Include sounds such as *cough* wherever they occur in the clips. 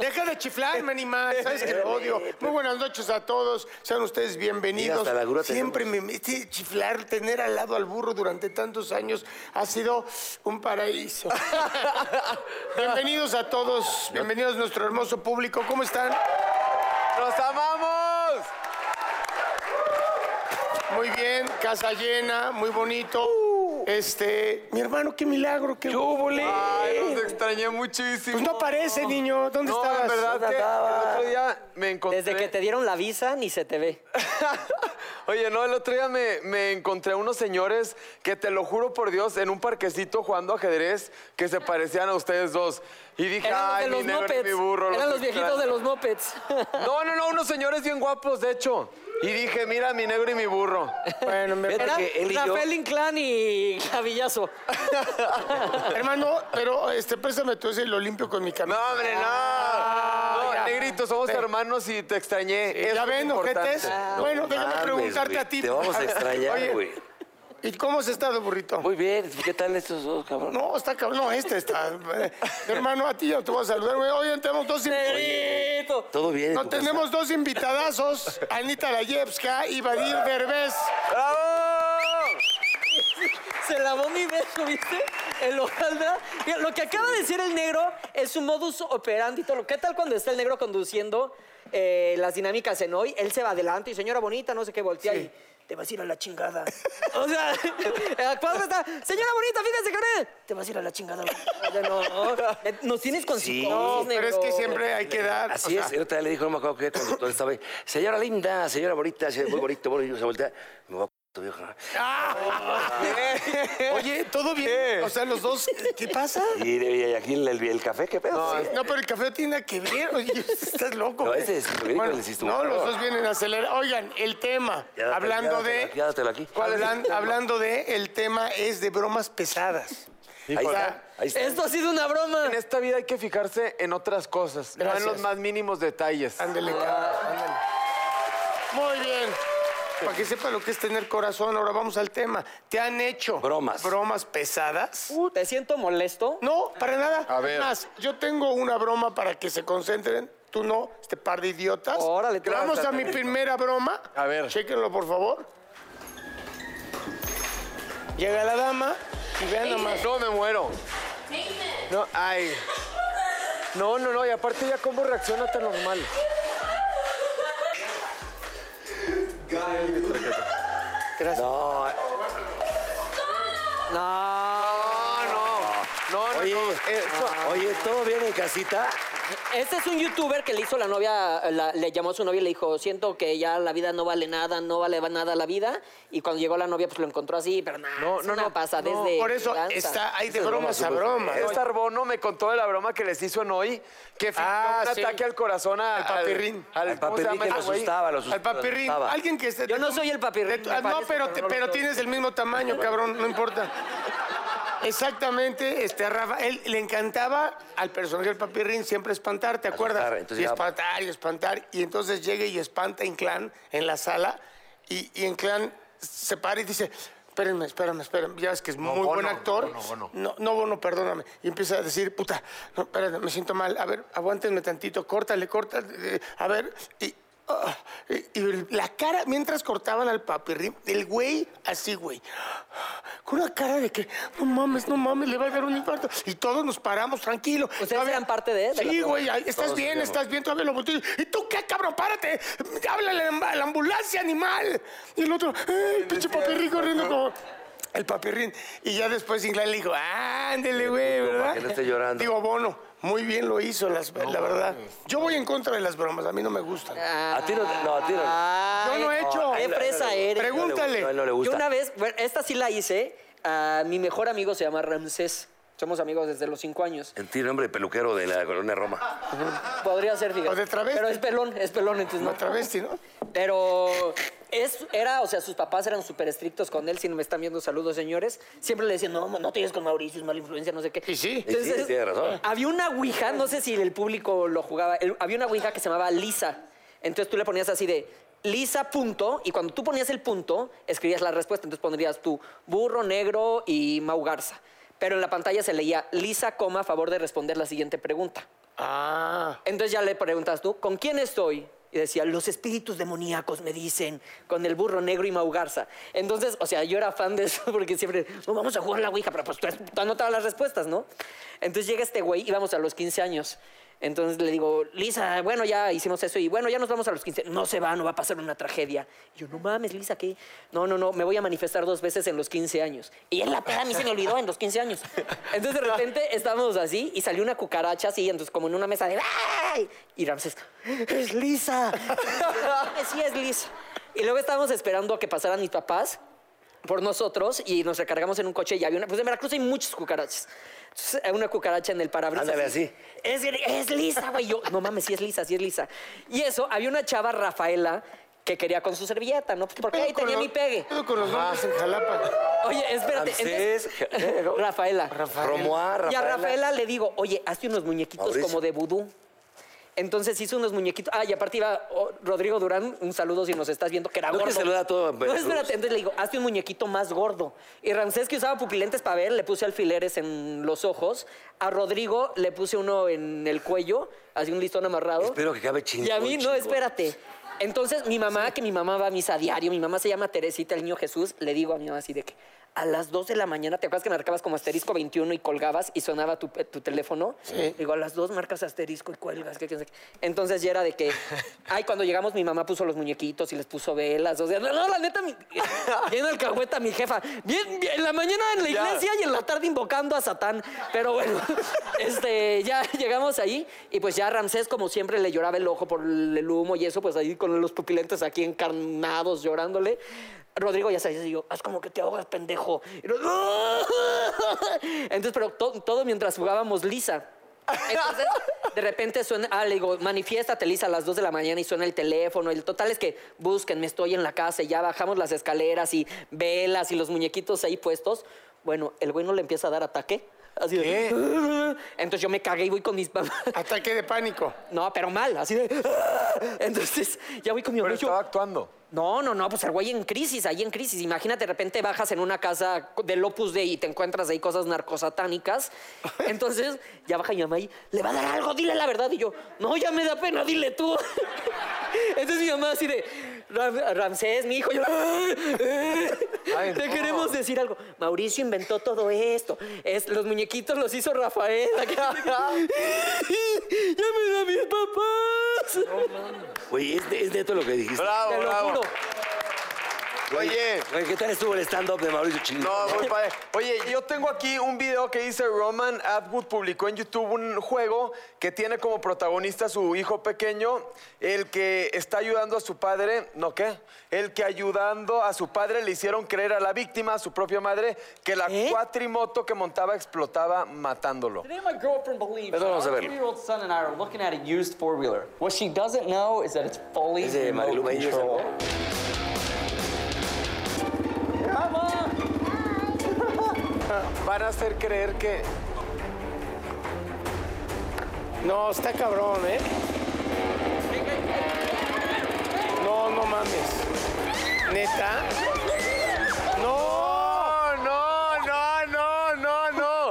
deja de *laughs* chiflarme, animal. Sabes que lo odio. Muy buenas noches a todos. Sean ustedes bienvenidos. Mira, hasta la grúa Siempre me metí chiflar, tener al lado al burro durante tantos años ha sido *laughs* un paraíso. bienvenidos a todos. Bienvenidos a nuestro hermoso público. ¿Cómo están? ¡Nos amamos! Muy bien, casa llena, muy bonito. Uh. Este, mi hermano, qué milagro, qué ¡Chúbule! Ay, los extrañé muchísimo. Pues no aparece, niño. ¿Dónde No, estabas? en verdad ¿Dónde que *laughs* andabas? el otro día me encontré... Desde que Pues te dieron la visa, ni se te ve. *laughs* Oye, no, el otro día me, me encontré a unos señores que te lo juro por Dios, en un parquecito jugando ajedrez que se parecían a ustedes dos. Y dije, Eran los ay, de mi los negro y mi mopeds. burro. Eran los viejitos de extraño". los mopeds. No, no, no, unos señores bien guapos, de hecho. Y dije, mira, mi negro y mi *laughs* burro. Bueno, mi Era que él y yo- Rafael Inclán y Javillazo. hermano, pero este, préstame tú ese y lo limpio con mi No, camisa. hombre, no. no, negrito, somos hermanos y te extrañé. Eso ¿Ya es ven, lo ojetes? importante. Ah. bueno, déjame mames, preguntarte güey, a ti. Te vamos a ver, extrañar, oye, güey. ¿Y cómo has estado, burrito? Muy bien, ¿qué tal estos dos, cabrón? No, está cabrón. No, este está. eh, hermano, a ti ya te voy a saludar, güey. Oye, tenemos dos invitadazos. Negrito. ¿Todo bien? en No, tu casa? tenemos dos invitadazos. Anita Layevska y Badir Derbez. ¡Bravo! Se lavó mi beso, ¿viste? El hojaldra. Mira, Lo que acaba de decir el negro es su modus operandi. y todo lo- ¿Qué tal cuando está el negro conduciendo eh, las dinámicas en hoy? Él se va adelante y señora bonita, no sé qué, voltea y te vas a ir a la chingada. *laughs* o sea, ¿cuándo está? Señora bonita, fíjese con él. Te vas a ir a la chingada. Oye, no, eh, nos tienes con Sí. psicosis, No, pero es que negro. siempre hay que dar. o Así sea, es, el otro día le dijo, no me acuerdo qué conductor estaba ahí. Señora linda, señora bonita, señora muy bonito, bueno, y yo se voltea. Me voy a c- tu viejo. ¿no? Ah. Oye, ¿todo bien? O sea, los dos, ¿qué pasa? Y, y aquí el, el café, ¿qué pedo? Sí. No, pero el café tiene nada que ver. Oye, *laughs* estás loco. No, güey. ese es ridículo, insisto. No, los dos vienen a acelerar. Oigan, el tema, Ya dátelo, hablando ya dátelo, de... ya dátelo aquí. hablan- hablando de, el tema es de bromas pesadas. Ahí o sea, está, ahí está. Esto ha sido una broma. En esta vida hay que fijarse en otras cosas, no Gracias. en los más mínimos detalles. Ándele, cabrón, ándele. Muy bien. Para que sepa lo que es tener corazón, ahora vamos al tema. ¿Te han hecho Bromas. bromas pesadas? Uh, te siento molesto. No, para nada. A ver. Más, yo tengo una broma para que se concentren. Tú no, este par de idiotas. Órale, tú. Vamos a mi Tratamiento. primera broma. A ver. Chéquenlo, por favor. Llega la dama y vean nomás. No, me muero. No, ay. No, no, no, y aparte ya cómo reacciona tan normal. No, No, no, no, no. oye, no, Ah, eso- oye, ¿todo bien en casita? Este es un youtuber que le hizo la novia, la- le llamó a su novia y le dijo, siento que ya la vida no vale nada, no vale nada la vida. Y cuando llegó la novia, pues lo encontró así, pero nada, No, no, no, no, una no, pasa no. desde... Por eso danza. está, hay de es broma, bromas a supuesto. bromas. Este Arbono me contó de la broma que les hizo en hoy, que fue Ah, un sí. ataque al corazón a, Al papirrín. Al, Al ¿cómo se papirrín llama que lo ese güey? asustaba, lo asustaba. Al papirrín. Alguien que esté. Yo no soy el papirrín, de tu- me ah, no, parece, pero, pero te- no lo pero soy. tienes el mismo tamaño, cabrón, no importa. Exactamente, este a Rafael le encantaba al personaje del papirrín siempre espantar, ¿te acuerdas? Asustar, entonces y ya- espantar y espantar. Y entonces llega y espanta a Inclán en la sala. Y, y Inclán se para y dice. Espérenme, espérenme, espérenme. Ya ves que es muy Bono, buen actor. Bono, Bono. No, no, Bono, perdóname. Y empieza a decir, puta, no, espérate, me siento mal. A ver, aguántenme tantito, córtale, córtale. eh, A ver, y, ah, y- y la cara, mientras cortaban al papirrín, el güey así, güey. Con una cara de que, no mames, no mames, le va a dar un infarto. Y todos nos paramos, tranquilo. ¿Ustedes Todavía- eran parte de- de Sí, la- güey, ay, estás Todos bien, éramos. estás bien, todavía lo volteo. ¿Y tú qué, cabrón? Párate, háblale a la- a la ambulancia, animal. Y el otro, ¡ay, pinche papirrín corriendo como... El papirrín. Y ya después Inglés le dijo, ándele, güey, puto, ¿verdad? para que no esté llorando. Digo, Bono, muy bien lo hizo, las- la verdad. Yo voy en contra de las bromas, a mí no me gustan. Ah, A ti no, te- no, a ti no. Yo no he Ay, hecho. Ah, Qué fresa eres. Pregúntale. No, a él no le Yo gusta. una vez, bueno, esta sí la hice, a mi mejor amigo se llama Ramsés. Somos amigos desde los cinco años. En ti, nombre de peluquero de la colonia Roma. Podría ser, fíjate. O de travesti. Pero es pelón, es pelón, entonces no. Una travesti, ¿no? Pero es, era, o sea, sus papás eran súper estrictos con él. Si no me están viendo, saludos, señores. Siempre le decían, no, no te lleves con Mauricio, es mala influencia, no sé qué. Y sí. Y sí, tiene razón. Había una ouija, no sé si el público lo jugaba, el- había una ouija que se llamaba Lisa. Entonces tú le ponías así de Lisa punto, y cuando tú ponías el punto, escribías la respuesta. Entonces pondrías tú burro, negro y Mau Garza. pero en la pantalla se leía Lisa, coma, a favor de responder la siguiente pregunta. Ah. Entonces ya le preguntas tú, ¿con quién estoy? Y decía, los espíritus demoníacos me dicen, con el burro negro y Maugarza. Entonces, o sea, yo era fan de eso *laughs* porque siempre, no, vamos a jugar la Ouija, pero pues tú, tú anotabas las respuestas, ¿no? Entonces llega este güey, íbamos a los 15 años. Entonces le digo, Lisa, bueno, ya hicimos eso y bueno, ya nos vamos a los 15. No se va, no va a pasar una tragedia. Y yo, no mames, Lisa, ¿qué? No, no, no, me voy a manifestar dos veces en los 15 años. Y en la peda a mí se me olvidó en los 15 años. Entonces de repente estábamos así y salió una cucaracha así, entonces como en una mesa de ¡ay! Y Ramses, ¡es Lisa! *laughs* sí, es Lisa. Y luego estábamos esperando a que pasaran mis papás por nosotros y nos recargamos en un coche y había una... Pues en Veracruz hay muchas cucarachas. Entonces, hay una cucaracha en el parabrisas. Ándale, así. Es, es lisa, güey. Yo, no mames, sí es lisa, sí es lisa. Y eso, había una chava, Rafaela, que quería con su servilleta, ¿no? Porque ahí tenía mi pegue. Todo con los nombres en Jalapa. Oye, espérate. entonces- Ramsés. Rafaela. Rafael. Romoar, Y a Rafaela. Rafaela le digo, oye, hazte unos muñequitos Mauricio. como de vudú. Entonces hizo unos muñequitos. Ah, y aparte iba oh, Rodrigo Durán, un saludo si nos estás viendo, que era No, que gordo. saluda a todo en No, Veracruz. espérate. Entonces le digo, hazte un muñequito más gordo. Y Ramsés, que usaba pupilentes para ver, le puse alfileres en los ojos. A Rodrigo le puse uno en el cuello, así un listón amarrado. Espero que cabe chingón. Y a mí, no, chingón. espérate. Entonces, mi mamá, que mi mamá va a misa a diario, mi mamá se llama Teresita, el niño Jesús, le digo a mi mamá así de que a las 2 de la mañana, ¿te acuerdas que marcabas como asterisco 21 y colgabas y sonaba tu, tu teléfono? Digo, a las 2 marcas asterisco y cuelgas. que quién sabe qué. Entonces ya era de que, ay, cuando llegamos mi mamá puso los muñequitos y les puso velas. O sea, no, no, la neta, mi, bien alcahueta mi jefa. Bien, bien, en la mañana en la Ya. iglesia y en la tarde invocando a Satán. Pero bueno, *laughs* este, ya llegamos ahí y pues ya Ramsés, como siempre, le lloraba el ojo por el humo y eso, pues ahí con los pupilentes aquí encarnados llorándole. Rodrigo ya sabía, yo, haz como que te ahogas, pendejo. Y yo, "No". *laughs* Entonces, pero to- todo mientras jugábamos lisa. Entonces, de repente suena, ah, le digo, manifiéstate, Lisa, a las 2 de la mañana y suena el teléfono. El total es que búsquenme, estoy en la casa y ya bajamos las escaleras y velas y los muñequitos ahí puestos. Bueno, el güey no le empieza a dar ataque. Así de- *laughs* Entonces yo me cagué y voy con mis *laughs* papás. Ataque de pánico. No, pero mal, así de. *laughs* Entonces ya voy con mi Pero abuelo. estaba actuando. No, no, no, pues el güey en crisis, ahí en crisis. Imagínate, de repente bajas en una casa del Opus Dei y te encuentras ahí *laughs* cosas narcosatánicas. Entonces, ya baja mi mamá y, ¿le va a dar algo? Dile la verdad. Y yo, no, ya me da pena, dile tú. *laughs* Entonces mi mamá así de, "Ram- Ramsés, mi hijo, yo, "Ay, eh, Ay, te no. queremos decir algo. Mauricio inventó todo esto. Es, los muñequitos los hizo Rafael. *laughs* ya me da mis papás. Oye, es, de- es neto lo que dijiste. Bravo, Te lo bravo. juro. Oye. Oye, ¿Qué tal estuvo el stand-up de Mauricio Chingón? No, muy padre. Oye, yo tengo aquí un video que dice Roman Atwood publicó en YouTube un juego que tiene como protagonista a su hijo pequeño, el que está ayudando a su padre, ¿no qué? El que ayudando a su padre le hicieron creer a la víctima, a su propia madre, que la ¿Eh? cuatrimoto que montaba explotaba matándolo. Today, my girlfriend believes Perdón, vamos a our verlo. two-year-old son and I are looking at a used four-wheeler. What she doesn't know is that it's fully Es de remote Marilu Bello, ese, control. ¿no? Van a hacer creer que... No, está cabrón, ¿eh? No, no mames. ¿Neta? ¡No! No, no, no, no, no, no.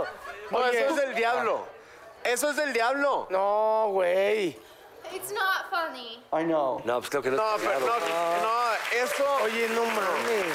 No, Oye. eso es del diablo. Eso es del diablo. No, güey. It's not funny. I know. No, pues creo que no. No, está pero no, claro. no, eso... Oye, no mames.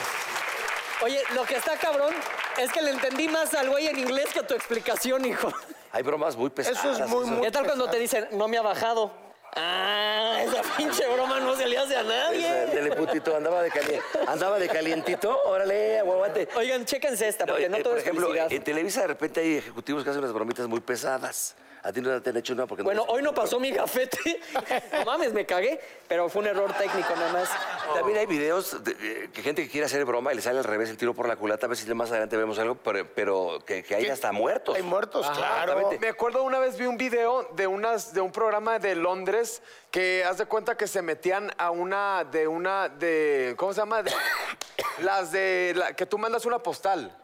Oye, lo que está cabrón es que le entendí más al güey en inglés que a tu explicación, hijo. Hay bromas muy pesadas. Eso es muy, que son- muy- ¿Qué tal cuando te dicen, no me ha bajado? Ah, esa *laughs* pinche broma no se le hace a Es, eh, nadie. Teleputito, andaba de, cali- andaba de calientito, órale, aguante. Oigan, chéquense esta, porque no, eh, todo por es ejemplo, felicidad. en Televisa de repente hay ejecutivos que hacen unas bromitas muy pesadas. A ti no te han hecho una porque Bueno, no. hoy no pasó mi gafete. *laughs* No mames, me cagué, pero fue un error técnico nada más. También hay videos de, eh, que gente que quiere hacer broma y le sale al revés el tiro por la culata. A ver si más adelante vemos algo, pero, pero que, que hay hasta muertos. Hay muertos, claro. exactamente. Me acuerdo una vez vi un video de unas de un programa de Londres que haz de cuenta que se metían a una de *coughs* una de ¿cómo se llama? De- las de la- que tú mandas una postal.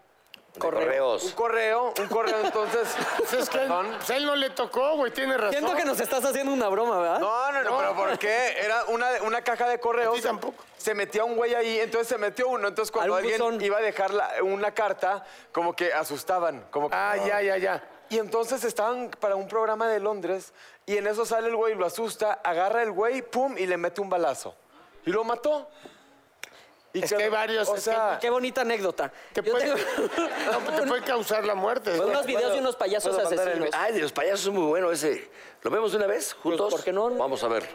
Correos. Un correo, un correo entonces. Pues *laughs* es que él, Perdón. pues él no le tocó, güey, tiene razón. Siento que nos estás haciendo una broma, ¿verdad? No, no, no, pero ¿por qué? Era una, una caja de correos. A ti tampoco. Se metía un güey ahí, entonces se metió uno. Entonces cuando Algún alguien buzón. iba a dejar la- una carta, como que asustaban. Como que, Ah, ya, ya, ya. Y entonces estaban para un programa de Londres y en eso sale el güey, lo asusta, agarra el güey, pum, y le mete un balazo. Y lo mató. Y Es que hay varios, O es que- sea, Qué bonita anécdota. Te Yo puede, *laughs* tengo no, te puede causar la muerte. ¿no? unos videos de unos payasos ¿Puedo mandar el- asesinos. Ay, de los payasos es muy bueno ese. ¿Lo vemos de una vez juntos? ¿por qué no? Vamos a ver.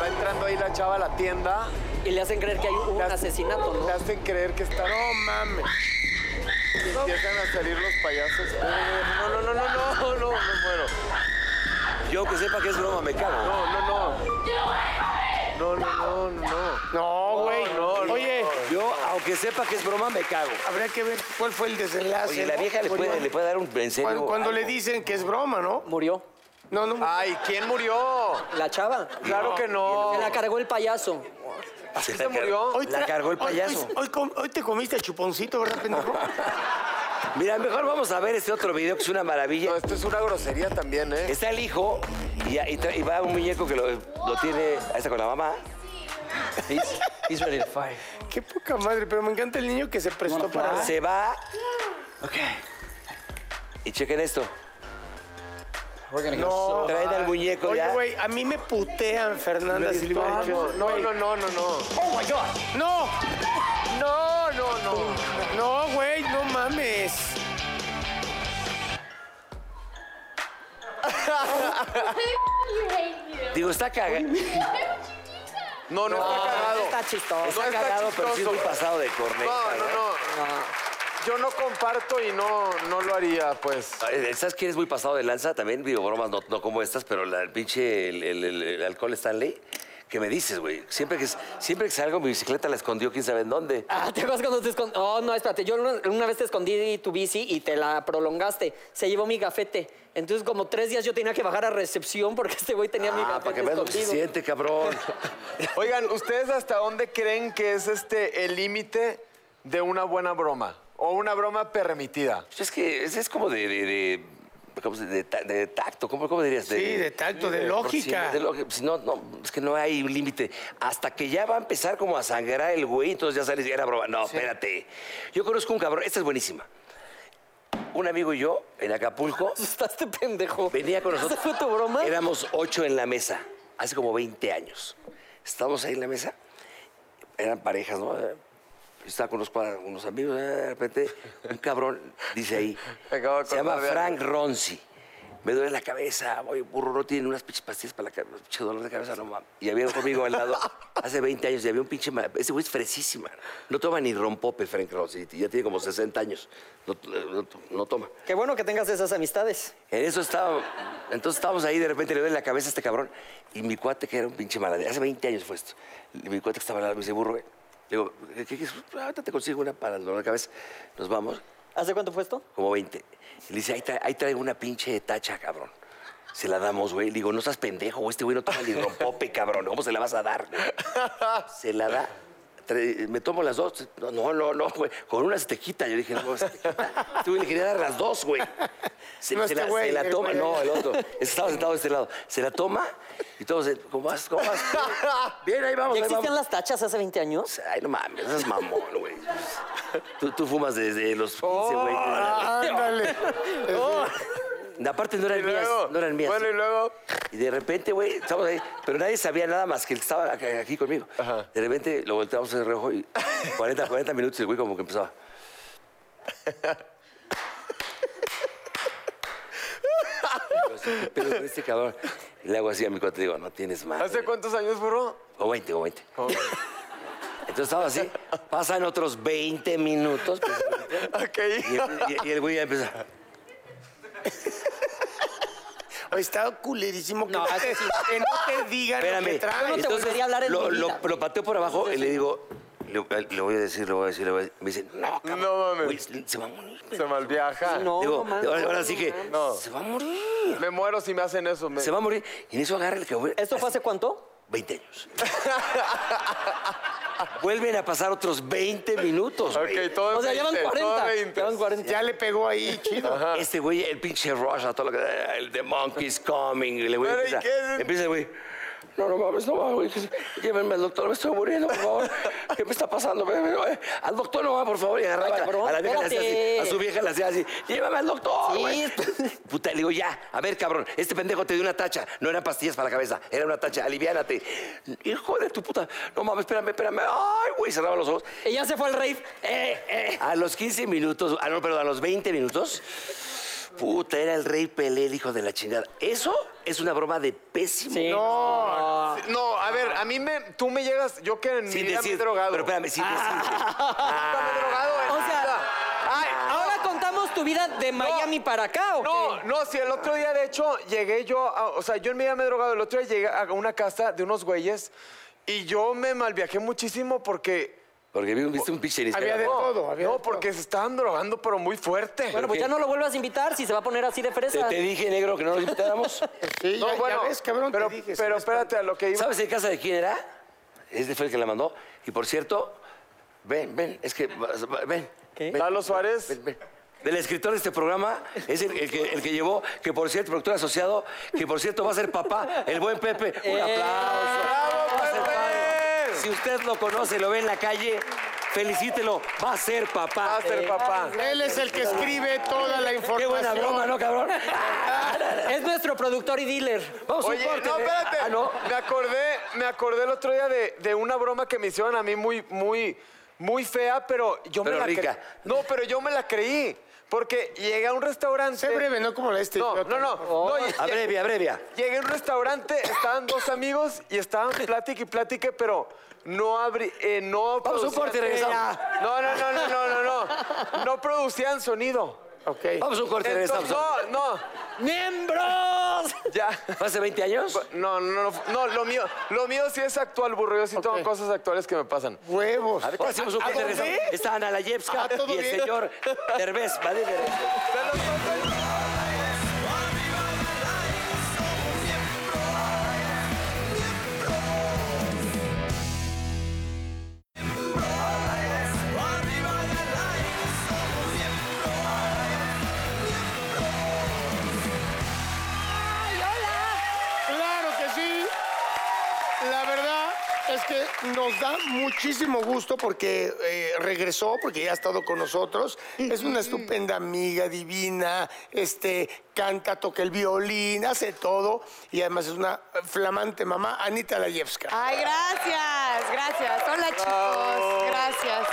va entrando ahí la chava a la tienda. Y le hacen creer que hay un le hacen- asesinato, ¿no? Le hacen creer que está... No mames. Y empiezan a salir los payasos. No, no, no, no, no, no, me muero. Yo que sepa que es broma, me cago. No, no, no. No, no, no, no. No, güey. no, no. Oye, Yo, aunque sepa que es broma, me cago. habrá que ver cuál fue el desenlace. Oye, la ¿no? vieja le Bueno, puede, le puede dar un en serio Cuando, cuando le algo. dicen que es broma, ¿no? Murió. No, no. Ay, ¿quién murió? La chava. Claro que no. Se la cargó el payaso. se Se la car- murió? Hoy La tra- cargó el hoy- payaso. Hoy, hoy com- hoy te comiste chuponcito, ¿verdad, *laughs* pendejo? Mira, mejor vamos a ver este otro video que es una maravilla. No, esto es una grosería también, ¿eh? Está el hijo y, y tra- y va un muñeco que lo, lo tiene. Ahí está con la mamá. He's, he's ready to fight. Qué poca madre, pero me encanta el niño que se prestó para... Se va Okay. y chequen esto. We're gonna go No. so Traen al muñeco Oye, ya. güey, a mí me putean Fernanda Silva. No, no, no, no, no, no. No, No, no, no. no, güey, no mames. you hate you. Digo, está cagado. No, no está cagado. Está chistoso. Está No está cagado, pero sí es muy chistoso. pasado de corneta. No, no, no. Yo no comparto y no, no lo haría, pues. Eh, ¿Sabes quién es muy pasado de lanza? También digo bromas, no, no como estas, pero la, el pinche el, el- el- el alcohol Stanley. ¿Qué me dices, güey? Siempre que, s- siempre que salgo, mi bicicleta la escondió quién sabe en dónde. Ah, ¿te acuerdas cuando te escondí? Oh, no, espérate. Yo una, una vez te escondí tu bici y te la prolongaste. Se llevó mi gafete. Entonces, como tres días yo tenía que bajar a recepción porque este güey tenía mi Ah, gafete para que veas lo que se escondido. *laughs* siente, cabrón. *laughs* Oigan, ¿ustedes hasta dónde creen que es este el límite de una buena broma? O una broma permitida. es que es, es como de... de, de- ¿cómo se- de ta- de tacto, ¿cómo, cómo dirías? Sí, de tacto, de porque si no- lógica. de lógica, si no, no, es que no hay un límite. Hasta que ya va a empezar como a sangrar el güey, entonces ya sales y era broma. No, espérate. Yo conozco un cabrón, esta es buenísima. Un amigo y yo, en *laughs* Acapulco, ¿Estás este pendejo? Venía con nosotros. ¿Esa fue tu broma? Éramos ocho en la mesa, hace como 20 años. Estábamos ahí en la mesa, eran parejas, ¿no? Eh, Estaba con unos, cuadra- unos amigos, eh, de repente un cabrón dice ahí, *laughs* Me acabo de se llama acordar de Frank Ronzi. Me duele la cabeza, voy burro, no tiene unas pinches pastillas para la cabeza, pinche dolor de cabeza, no mames. Y había conmigo al lado, hace 20 años, y había un pinche, ma- ese güey es fresísima, no toma ni rompope Frank Ronzi, ya tiene como 60 años, no- no- no toma. Qué bueno que tengas esas amistades. En eso estaba. Entonces estábamos ahí, de repente le duele la cabeza a este cabrón. Y mi cuate, que era un pinche malandro, hace 20 años fue esto. Y Mi cuate que estaba al lado me dice, burro, güey. Le Digo, ¿qué quieres? Ah, Ahorita te consigo una para el dolor de cabeza. Nos vamos, ¿Hace cuánto fue esto? como 20. Y le dice, ahí, tra- ahí traigo una pinche tacha, cabrón. Se la damos, güey. Le digo, no seas pendejo, güey. Este güey no toma ni rompope, *laughs* cabrón. ¿Cómo se la vas *laughs* a dar? güey?" Se la da. Tre- Me tomo las dos. No, no, no, no, güey. Con una se te quita. Yo dije, no, se te quita. Este güey le quería dar las dos, güey. Se, No, se este la, güey, se la el toma. güey. No, el otro. Estaba sentado de este lado. Se la toma y todos, eh, ¿cómo vas? ¿Cómo *laughs* vas? Bien, ¿Ya ahí vamos, ahí vamos. existían las tachas hace 20 años? Ay, no mames, no seas mamón, güey. Tú, tú fumas desde los 15, güey. Oh, Ándale. Aparte no eran mías, no eran mías. Bueno, y luego. Y de repente, güey, estamos ahí, pero nadie sabía nada más que el que estaba acá- aquí conmigo. De repente lo volteamos en el reojo y 40, 40 minutos y el güey como que empezaba. Y yo así, ¿qué pedo con este cabrón? Y le hago así a mi cuate, digo, no tienes más. ¿Hace cuántos años, burro? O 20, o 20. Entonces estaba así, pasan otros 20 minutos pues, *laughs* Ok. y, el- y- y el güey ya empieza. Oye, Está culerísimo que no, te, que no te digan lo Espérame. que traes. te volvería a hablar en lo, mi vida. lo- lo pateo por abajo y le digo, Le, le voy a decir, le voy a decir, le voy a decir. Me dice, no, cabrón. No mames. güey, se se va a morir. Se malviaja. No, Digo, no mames. ahora, ahora sí que, No. se va a morir. Me muero si me hacen eso. me- Se va a morir. Y en eso agarra el que... ¿Esto fue hace cuánto? *laughs* 20 años. Vuelven a pasar otros 20 minutos. güey. Ok, todo O sea, es ya van 20, todo 40. 20. Ya van 40. Ya le pegó ahí, chido. Este güey, el pinche Rush, a todo lo que. El The Monkey's Coming. Y le güey Pero, ¿y empieza, qué? empieza el güey. No, no mames, no mames, güey. Llévenme al doctor, me estoy muriendo, por favor. ¿Qué me está pasando? Ve, ve, ve. Al doctor no va, por favor. Y agarraba Ay, cabrón, a la vieja, le hacía así, espérate. a su vieja le hacía así. Llévame al doctor, Sí. güey. *laughs* Puta, le digo, ya, a ver, cabrón, este pendejo te dio una tacha. No eran pastillas para la cabeza, era una tacha, aliviánate. Hijo de tu puta, no mames, espérame, espérame. Ay, güey, cerraba los ojos. Ella se fue al rave. Eh, eh. A los 15 minutos, ah, no, perdón, a los 20 minutos. Puta, era el rey Pelé, el hijo de la chingada. Eso es una broma de pésimo. Sí. No, no, a ver, a mí me, tú me llegas, yo que en mi Sin vida me he decir, drogado. pero espérame, sin Nunca me he drogado. en O mi sea, vida. Ay, Ahora contamos tu vida de Miami para acá, ¿o qué? No, no, si el otro día, de hecho, llegué yo, a- o sea, yo en mi vida me he drogado, el otro día llegué a una casa de unos güeyes y yo me malviajé muchísimo porque... decir. Porque vi- viste un pinche inicial. Había de todo, había No, de todo. porque se estaban drogando, pero muy fuerte. Bueno, pues ya no lo vuelvas a invitar si se va a poner así de Oh, Te, fresa. te dije, negro, que no nos invitáramos. Sí, No, ya, ya bueno, ves, cabrón, pero, te dije. sí, pero ves, cabrón. espérate a lo que iba. ¿Sabes en casa de quién era? Este fue el que la mandó. Y por cierto, ven, ven, es que, va- va- ven. ¿Qué? ven, Lalo Suárez. ven, ven. Del escritor de este programa, es el, el que, el que llevó, que por cierto, productor asociado, que por cierto va a ser papá, el buen Pepe. Un aplauso. ¡Bravo, Va a ser Pepe! padre. Si usted lo conoce, lo ve en la calle, felicítelo, va a ser papá. Va a ser papá. Él es el que escribe toda la información. Qué buena broma, ¿no, cabrón? *laughs* Es nuestro productor y dealer. Vamos a un Oye, corte, no, ¿eh? espérate. Ah, no. Me acordé, me acordé el otro día de, de una broma que me hicieron a mí muy, muy, muy fea, pero yo Pero me la cre- rica. No, pero yo me la creí. Porque llegué a un restaurante. Sé breve, no como la de este. No, idiota. no, no. no, lle- Abrevia, abrevia. Llegué a un restaurante, estaban dos amigos y estaban plática y plática, pero no abrí, eh, no Vamos a un producían- corte y regresamos. No, no, no, no, no, no, no. No producían sonido. Ok. Vamos a un corte, Entonces, regresamos. no, no, ¡Miembros! ya. ¿Fue ¿Hace 20 años? No, no, no, no, lo mío, lo mío sí es actual, burro. Yo sí tengo Ok. cosas actuales que me pasan. Huevos. A ver, ¿qué hacemos un corte? Pues, dónde? Regresamos. Está Ana Layevska Ah, todo y el bien. señor Derbez. Va de derecho. Claro que sí. La verdad es que nos da muchísimo gusto porque eh, regresó, porque ya ha estado con nosotros. Es una estupenda amiga divina, este, canta, toca el violín, hace todo y además es una flamante mamá, Anita Layevska. Ay, gracias, gracias. Hola, chicos. Gracias.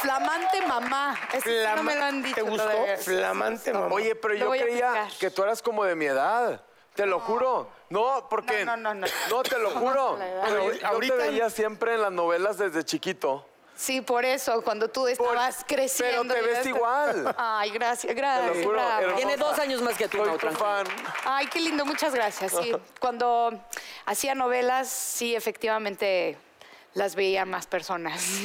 Flamante mamá. Es que no me lo han dicho ¿Te gustó? todavía. Flamante mamá. Oye, pero Lo yo voy a creía aplicar. que tú eras como de mi edad. Te lo juro. No, porque. No, no, no, no. te lo juro. la edad. Pero Pero yo- yo ahorita- te veía siempre en las novelas desde chiquito. Sí, por eso, cuando tú Por- estabas creciendo. Pero te yo ves estaba- igual. Ay, gracias, gracias. Te lo juro, bravo. hermoso. Tiene dos años más que tú, Soy no, tu tranquilo. fan. Ay, qué lindo, muchas gracias. *laughs* Sí, cuando hacía novelas, sí, efectivamente las veía más personas. *laughs*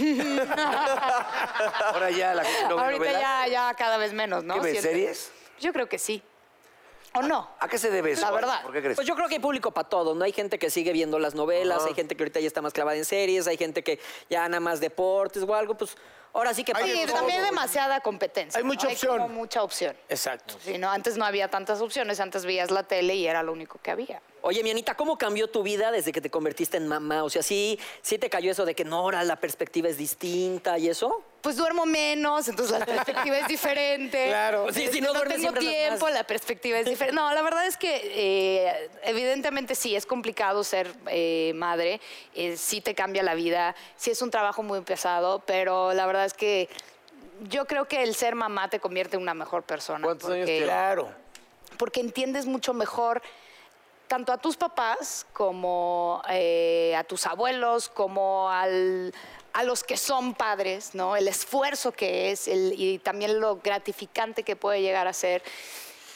Ahora ya la gente no ve Ahorita novelas. ya, ya cada vez menos, ¿no? ¿Qué ves, Siento. series? Yo creo que sí. ¿O no? ¿A qué se debe eso? La verdad. ¿Por qué crees? Pues yo creo que hay público para todo, ¿no? Hay gente que sigue viendo las novelas, hay gente que ahorita ya está más clavada en series, hay gente que ya nada más deportes o algo, pues ahora sí que... Hay para de Sí, todo, también güey. demasiada competencia. Hay ¿no? mucha opción. como mucha opción. Exacto. Sí, no, antes no había tantas opciones, antes veías la tele y era lo único que había. Oye, mi Anita, ¿cómo cambió tu vida desde que te convertiste en mamá? O sea, ¿sí, sí te cayó eso de que no, ahora la perspectiva es distinta y eso? Pues duermo menos, entonces la perspectiva es diferente. Claro. Sí, si Este, no no duermes tengo siempre las tiempo, más. la perspectiva es diferente. No, la verdad es que eh, evidentemente sí, es complicado ser eh, madre, eh, sí te cambia la vida, sí es un trabajo muy pesado, pero la verdad es que yo creo que el ser mamá te convierte en una mejor persona. ¿Cuántos años porque- tienes? Claro. porque entiendes mucho mejor tanto a tus papás como eh, a tus abuelos, como al- a los que son padres, ¿no? El esfuerzo que es el- y también lo gratificante que puede llegar a ser.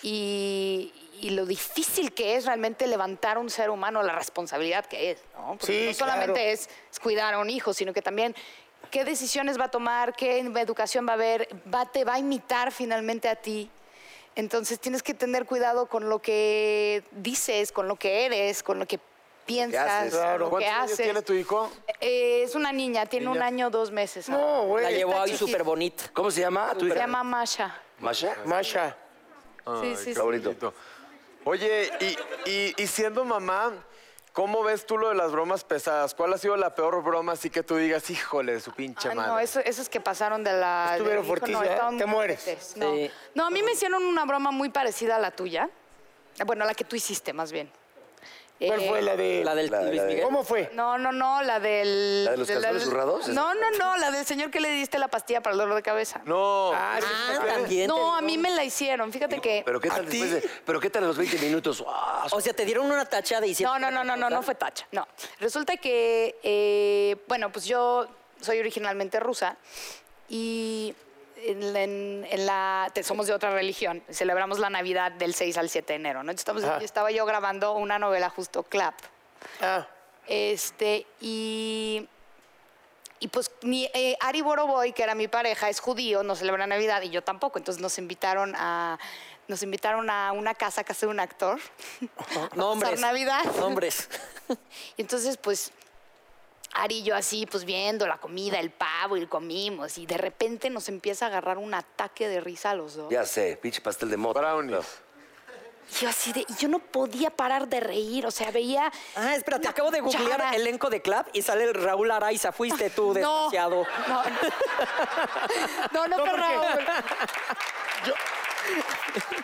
Y, y lo difícil que es realmente levantar a un ser humano, la responsabilidad que es, ¿no? Porque Sí, no solamente claro. es cuidar a un hijo, sino que también qué decisiones va a tomar, qué educación va a haber, va, te va a imitar finalmente a ti. Entonces tienes que tener cuidado con lo que dices, con lo que eres, con lo que piensas, haces? con Claro. lo que ¿Cuántos años haces. tiene tu hijo? Eh, es una niña, tiene un año, dos meses. No, güey. La llevó está ahí chiquita. súper bonita. ¿Cómo se llama tu Se hija? llama Masha. Masha. Masha. sí, sí, Está sí. bonito. Oye, y, y- y siendo mamá, ¿cómo ves tú lo de las bromas pesadas? ¿Cuál ha sido la peor broma así que tú digas, híjole, de su pinche Ah, madre? no, eso- esos que pasaron de la... del Estuvieron hijo, no, fuertísimos, ¿eh? estaban Te muy mueres. fuertes, No. Sí. No, a mí me hicieron una broma muy parecida a la tuya. Eh, Bueno, la que tú hiciste, más bien. ¿Cuál Eh, fue la de...? La del La- la Luis de- Miguel. ¿Cómo fue? No, no, no, la del... ¿La de los calzones zurrados? No, no, no, la del señor que le diste la pastilla para el dolor de cabeza. No. Ah, sí, Ah, también. No, te a mí dieron- me la hicieron, fíjate que... ¿Pero qué ¿A tal después ti? de, ¿Pero qué tal a los 20 minutos? ¡Ah! O sea, te dieron una tachada y No, hicieron- no, no, no, no, no fue tacha. No. Resulta que, eh, bueno, pues yo soy originalmente rusa y en, la- en- en la, te- somos de otra religión. Celebramos la Navidad del 6 al 7 de enero, ¿no? Entonces, estamos- Ajá. yo estaba yo grabando una novela justo, Clap. Ah, Este, y. Y pues mi, eh, Ari Boroboy, que era mi pareja, es judío, no celebra Navidad y yo tampoco. Entonces nos invitaron a, nos invitaron a una casa, casa de un actor. *laughs* Nombres. Navidad. Nombres. Y entonces, pues, Ari y yo así, pues viendo la comida, el pavo, y comimos. Y de repente nos empieza a agarrar un ataque de risa a los dos. Ya sé, pinche pastel de mota. Brownies. Y yo así de, y yo no podía parar de reír. O sea, veía. Ah, espérate, una acabo de googlear cuchara. elenco de club y sale el Raúl Araiza. Fuiste tú, No, desgraciado. No, no, no, fue Raúl.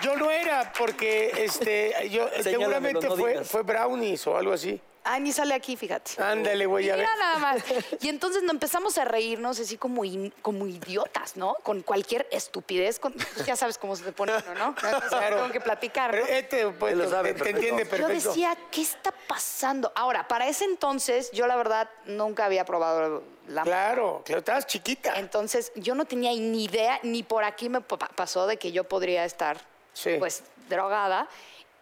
yo no era, porque este, yo, Señálamelo, seguramente no fue, digas. fue brownies o algo así. Ah, ni sale aquí, fíjate. Ándale, güey, ya Mira ves. *laughs* nada más. Y entonces nos empezamos a reírnos así como, in- como idiotas, ¿no? Con cualquier estupidez. con- pues, ya sabes cómo se te pone uno, *laughs* ¿no? Claro. Tengo que platicar, ¿no? Pero este, pues, Él lo sabe te- te, perfecto. entiende perfecto. Yo decía, ¿qué está pasando? Ahora, para ese entonces, yo la verdad nunca había probado la Claro, claro, estabas chiquita. Entonces, yo no tenía ni idea, ni por aquí me pa- pasó de que yo podría estar, Sí. pues, drogada.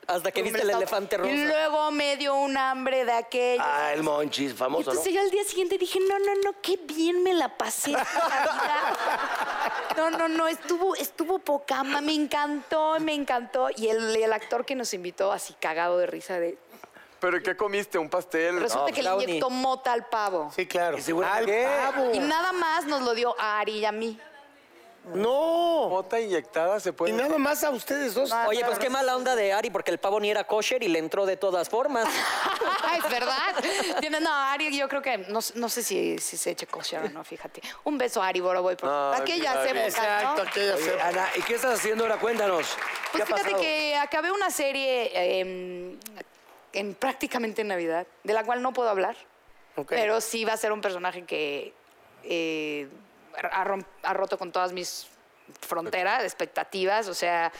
Hasta que Me viste el estaba- elefante rosa. Y luego me dio un hambre de aquello. Ah, el monchis, famoso, ¿no? Entonces yo al día siguiente dije, no, no, no, qué bien me la pasé. esta Navidad. No, no, no, estuvo, estuvo pocama, me encantó, me encantó. Y el, el actor que nos invitó así cagado de risa de... ¿Pero y qué comiste? ¿Un pastel? Resulta que le brownie. inyectó mota al pavo. Sí, claro. ¿Y seguro Al qué? pavo. Y nada más nos lo dio a Ari y a mí. No. ¿Mota inyectada se Y puede...? nada más a ustedes dos. Oye, pues qué mala onda de Ari, porque el pavo ni era kosher y le entró de todas formas. *laughs* es verdad. Tiene- No, Ari, yo creo que no, no sé si, si se eche kosher o no, fíjate. Un beso a Ari Boroboy. Por... Ay, aquella mi Ari. época, ¿no? Exacto, aquella Oye, se- Ana, ¿y qué estás haciendo ahora? Cuéntanos. ¿Qué Pues ha fíjate pasado? que acabé una serie eh, en prácticamente Navidad, de la cual no puedo hablar, Ok. pero sí va a ser un personaje que eh, ha, rom- ha roto con todas mis fronteras, expectativas, o sea,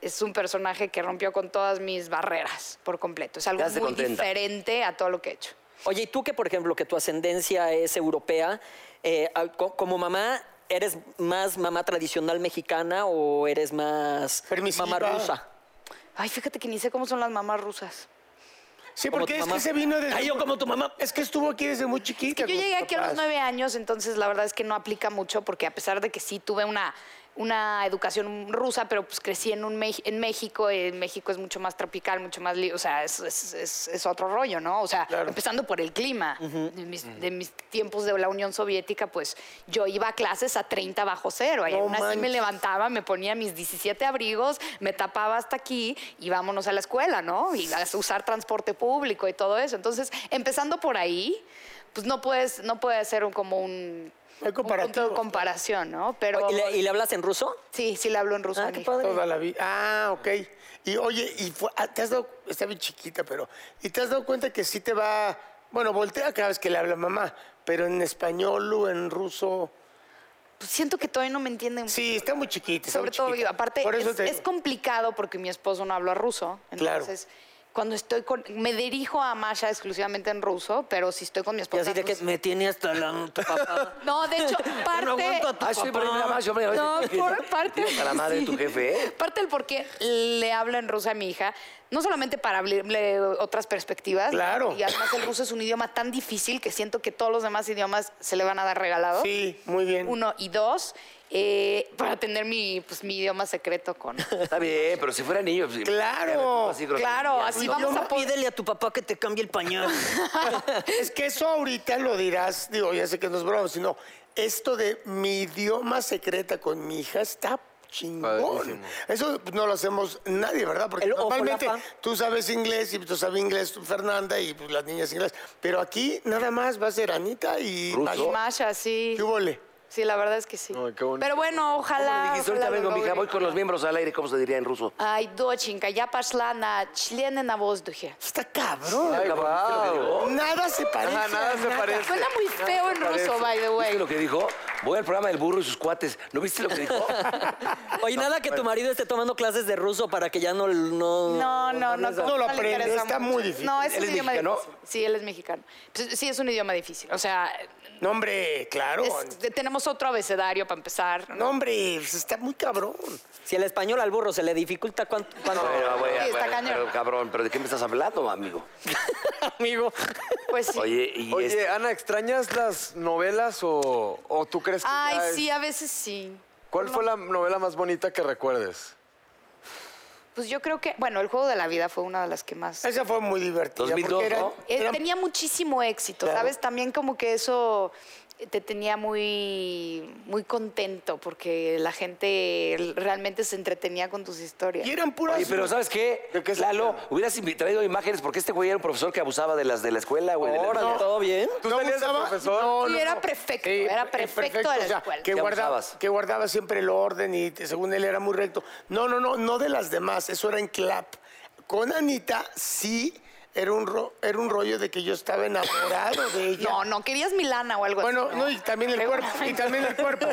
es un personaje que rompió con todas mis barreras por completo. Es algo Ya se muy contenta. diferente a todo lo que he hecho. Oye, y tú que, por ejemplo, que tu ascendencia es europea, eh, al- co- como mamá, ¿eres más mamá tradicional mexicana o eres más Permisiva. mamá rusa? Ay, fíjate que ni sé cómo son las mamás rusas. Sí, Como porque tu es mamá. que se vino desde... Ay, yo como tu mamá. Es que estuvo aquí desde muy chiquita. que yo con llegué sus aquí a los papás. nueve años, entonces la verdad es que no aplica mucho porque a pesar de que sí tuve una, una educación rusa, pero pues crecí en, un Mex- en México, eh, México es mucho más tropical, mucho más... li- O sea, es, es- es- es otro rollo, ¿no? O sea, Claro. empezando por el clima. de, mis, de mis tiempos de la Unión Soviética, pues yo iba a clases a 30 bajo cero. Ahí No aún así me manches. levantaba, me ponía mis 17 abrigos, me tapaba hasta aquí y vámonos a la escuela, ¿no? Y a usar transporte público y todo eso. Entonces, empezando por ahí, pues no puedes, no puede ser un, como un, Hay un punto comparativos, de comparación, ¿no? Pero ¿Y le, y le hablas en ruso? sí, sí le hablo en ruso. a Ah, mi qué hija. padre. Toda la vida. Ah, ok. Y oye, y fue- ah, te has dado, está bien chiquita, pero, ¿y te has dado cuenta que sí te va, bueno, voltea cada vez que le habla mamá, pero en español o en ruso? Pues siento que todavía no me entienden. Sí, está muy chiquita. está muy Sobre todo, chiquita. aparte, Por eso es, te- es complicado porque mi esposo no habla ruso. Claro. Entonces, cuando estoy con... Me dirijo a Masha exclusivamente en ruso, pero si estoy con mi Y esposa... así de que Pues rusa- me tiene hasta la tu *laughs* papá. No, *laughs* de hecho, parte... No aguanto a tu Ah, sí, pero papá. mira más, yo me- a veces- No, por parte. A la madre de tu sí. jefe, ¿eh? Parte del por qué le hablo en ruso a mi hija, no solamente para abrirle otras perspectivas. Claro. Y además el ruso es un idioma tan difícil que siento que todos los demás idiomas se le van a dar regalados. Sí, muy bien. Uno y dos, eh, para tener mi, pues, mi idioma secreto con. Está bien, pero si fuera niño. pues, Claro, ya me pongo grosería. Claro, así vamos a poder. Pídele a tu papá que te cambie el *laughs* pañal. *laughs* Es que eso ahorita lo dirás, digo, ya sé que no es broma, sino esto de mi idioma secreta con mi hija está chingón. Padrísimo. Eso no lo hacemos nadie, ¿verdad? Porque El ojo, normalmente lapa. tú sabes inglés y tú sabes inglés tú, Fernanda y pues, las niñas inglés. Pero aquí nada más va a ser Anita y Ruso. Mayo. Masha, sí. ¿Qué vole? Sí, la verdad es que sí. Ay, qué bonito. Pero bueno, ojalá. Dijiste, ahorita ojalá lo vengo, mija, logre. voy con los miembros al aire, ¿cómo se diría en ruso? Ay, доченька, я пошла на члены на воздухе. Está cabrón. Ay, guau. Nada se parece. Oh. Ajá, nada a se parece. Suena muy feo en ruso, by the ¿Viste way. lo que dijo? Voy al programa del burro y sus cuates. ¿No viste lo que dijo? *laughs* Oye, nada que tu marido esté tomando clases de ruso para que ya no... No, No, no, no. No lo le aprende, interesa está mucho. muy difícil. No, es ¿Él un es idioma mexicano? difícil. Sí, él es mexicano. Pues, sí, es un idioma difícil. O sea, No, hombre, claro. es- tenemos otro abecedario para empezar. No, hombre, pues, está muy cabrón. Si el español al burro se le dificulta, ¿cuánto? cuánto? Bueno, bueno, Sí, está bueno, cañón. pero, cabrón, ¿pero de qué me estás hablando, amigo? Amigo. Pues sí. Oye, y este- Oye, Ana, ¿extrañas las novelas o, o tú crees que Ay, ya es- sí, a veces sí. ¿Cuál fue la novela más bonita que recuerdes? Pues yo creo que, bueno, el juego de la vida fue una de las que más. Esa fue muy divertida. 2002, porque era- ¿no? Eh, era- tenía muchísimo éxito, Claro. ¿sabes? También como que eso te tenía muy, muy contento porque la gente realmente se entretenía con tus historias. Y eran puras... Oye, pero ¿sabes qué? ¿De qué se Lalo, trata? hubieras invi- traído imágenes porque este güey era un profesor que abusaba de las de la escuela, güey. de la- Órale, ¿todo bien? ¿Tú ¿No salías de abusaba? profesor? No, Sí, no, era no. prefecto, era eh, prefecto de la escuela. que, ¿Qué guardaba, abusabas? que guardaba siempre el orden y te- según él era muy recto. No, no, no, no de las demás, eso era en clap. Con Anita sí era un, ro- era un rollo de que yo estaba enamorado *laughs* de ella. No, pues, no, querías Milana o algo Bueno, así. no, y también el cuerpo, y Seguramente. también el *laughs* cuerpo.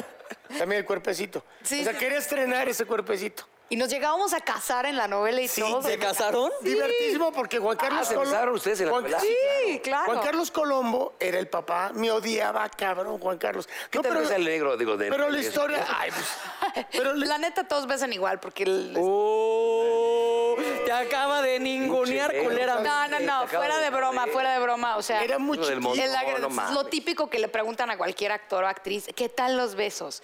También el cuerpecito. Sí, o sea, sí. quería estrenar ese cuerpecito. Y nos llegábamos a casar en la novela y Sí, todo. ¿se mira. casaron? Divertísimo porque Juan Carlos Ah, ¿se Colom- besaron ustedes en la Juan- novela? Sí, Sí, claro. Juan Carlos Colombo era el papá, me odiaba, cabrón, Juan Carlos. ¿Qué No, tal ves al negro? Digo, de- pero la de- historia, ay, *laughs* pues, pero la- La neta, todos besan igual porque... el- Oh, te acaba de ningunear, Pinche negro. culera. No, no, no, fuera de broma, fuera de broma. O sea, era muy Lo del chiquito. monte. el agre- No, no es mames. lo típico que le preguntan a cualquier actor o actriz, ¿qué tal los besos?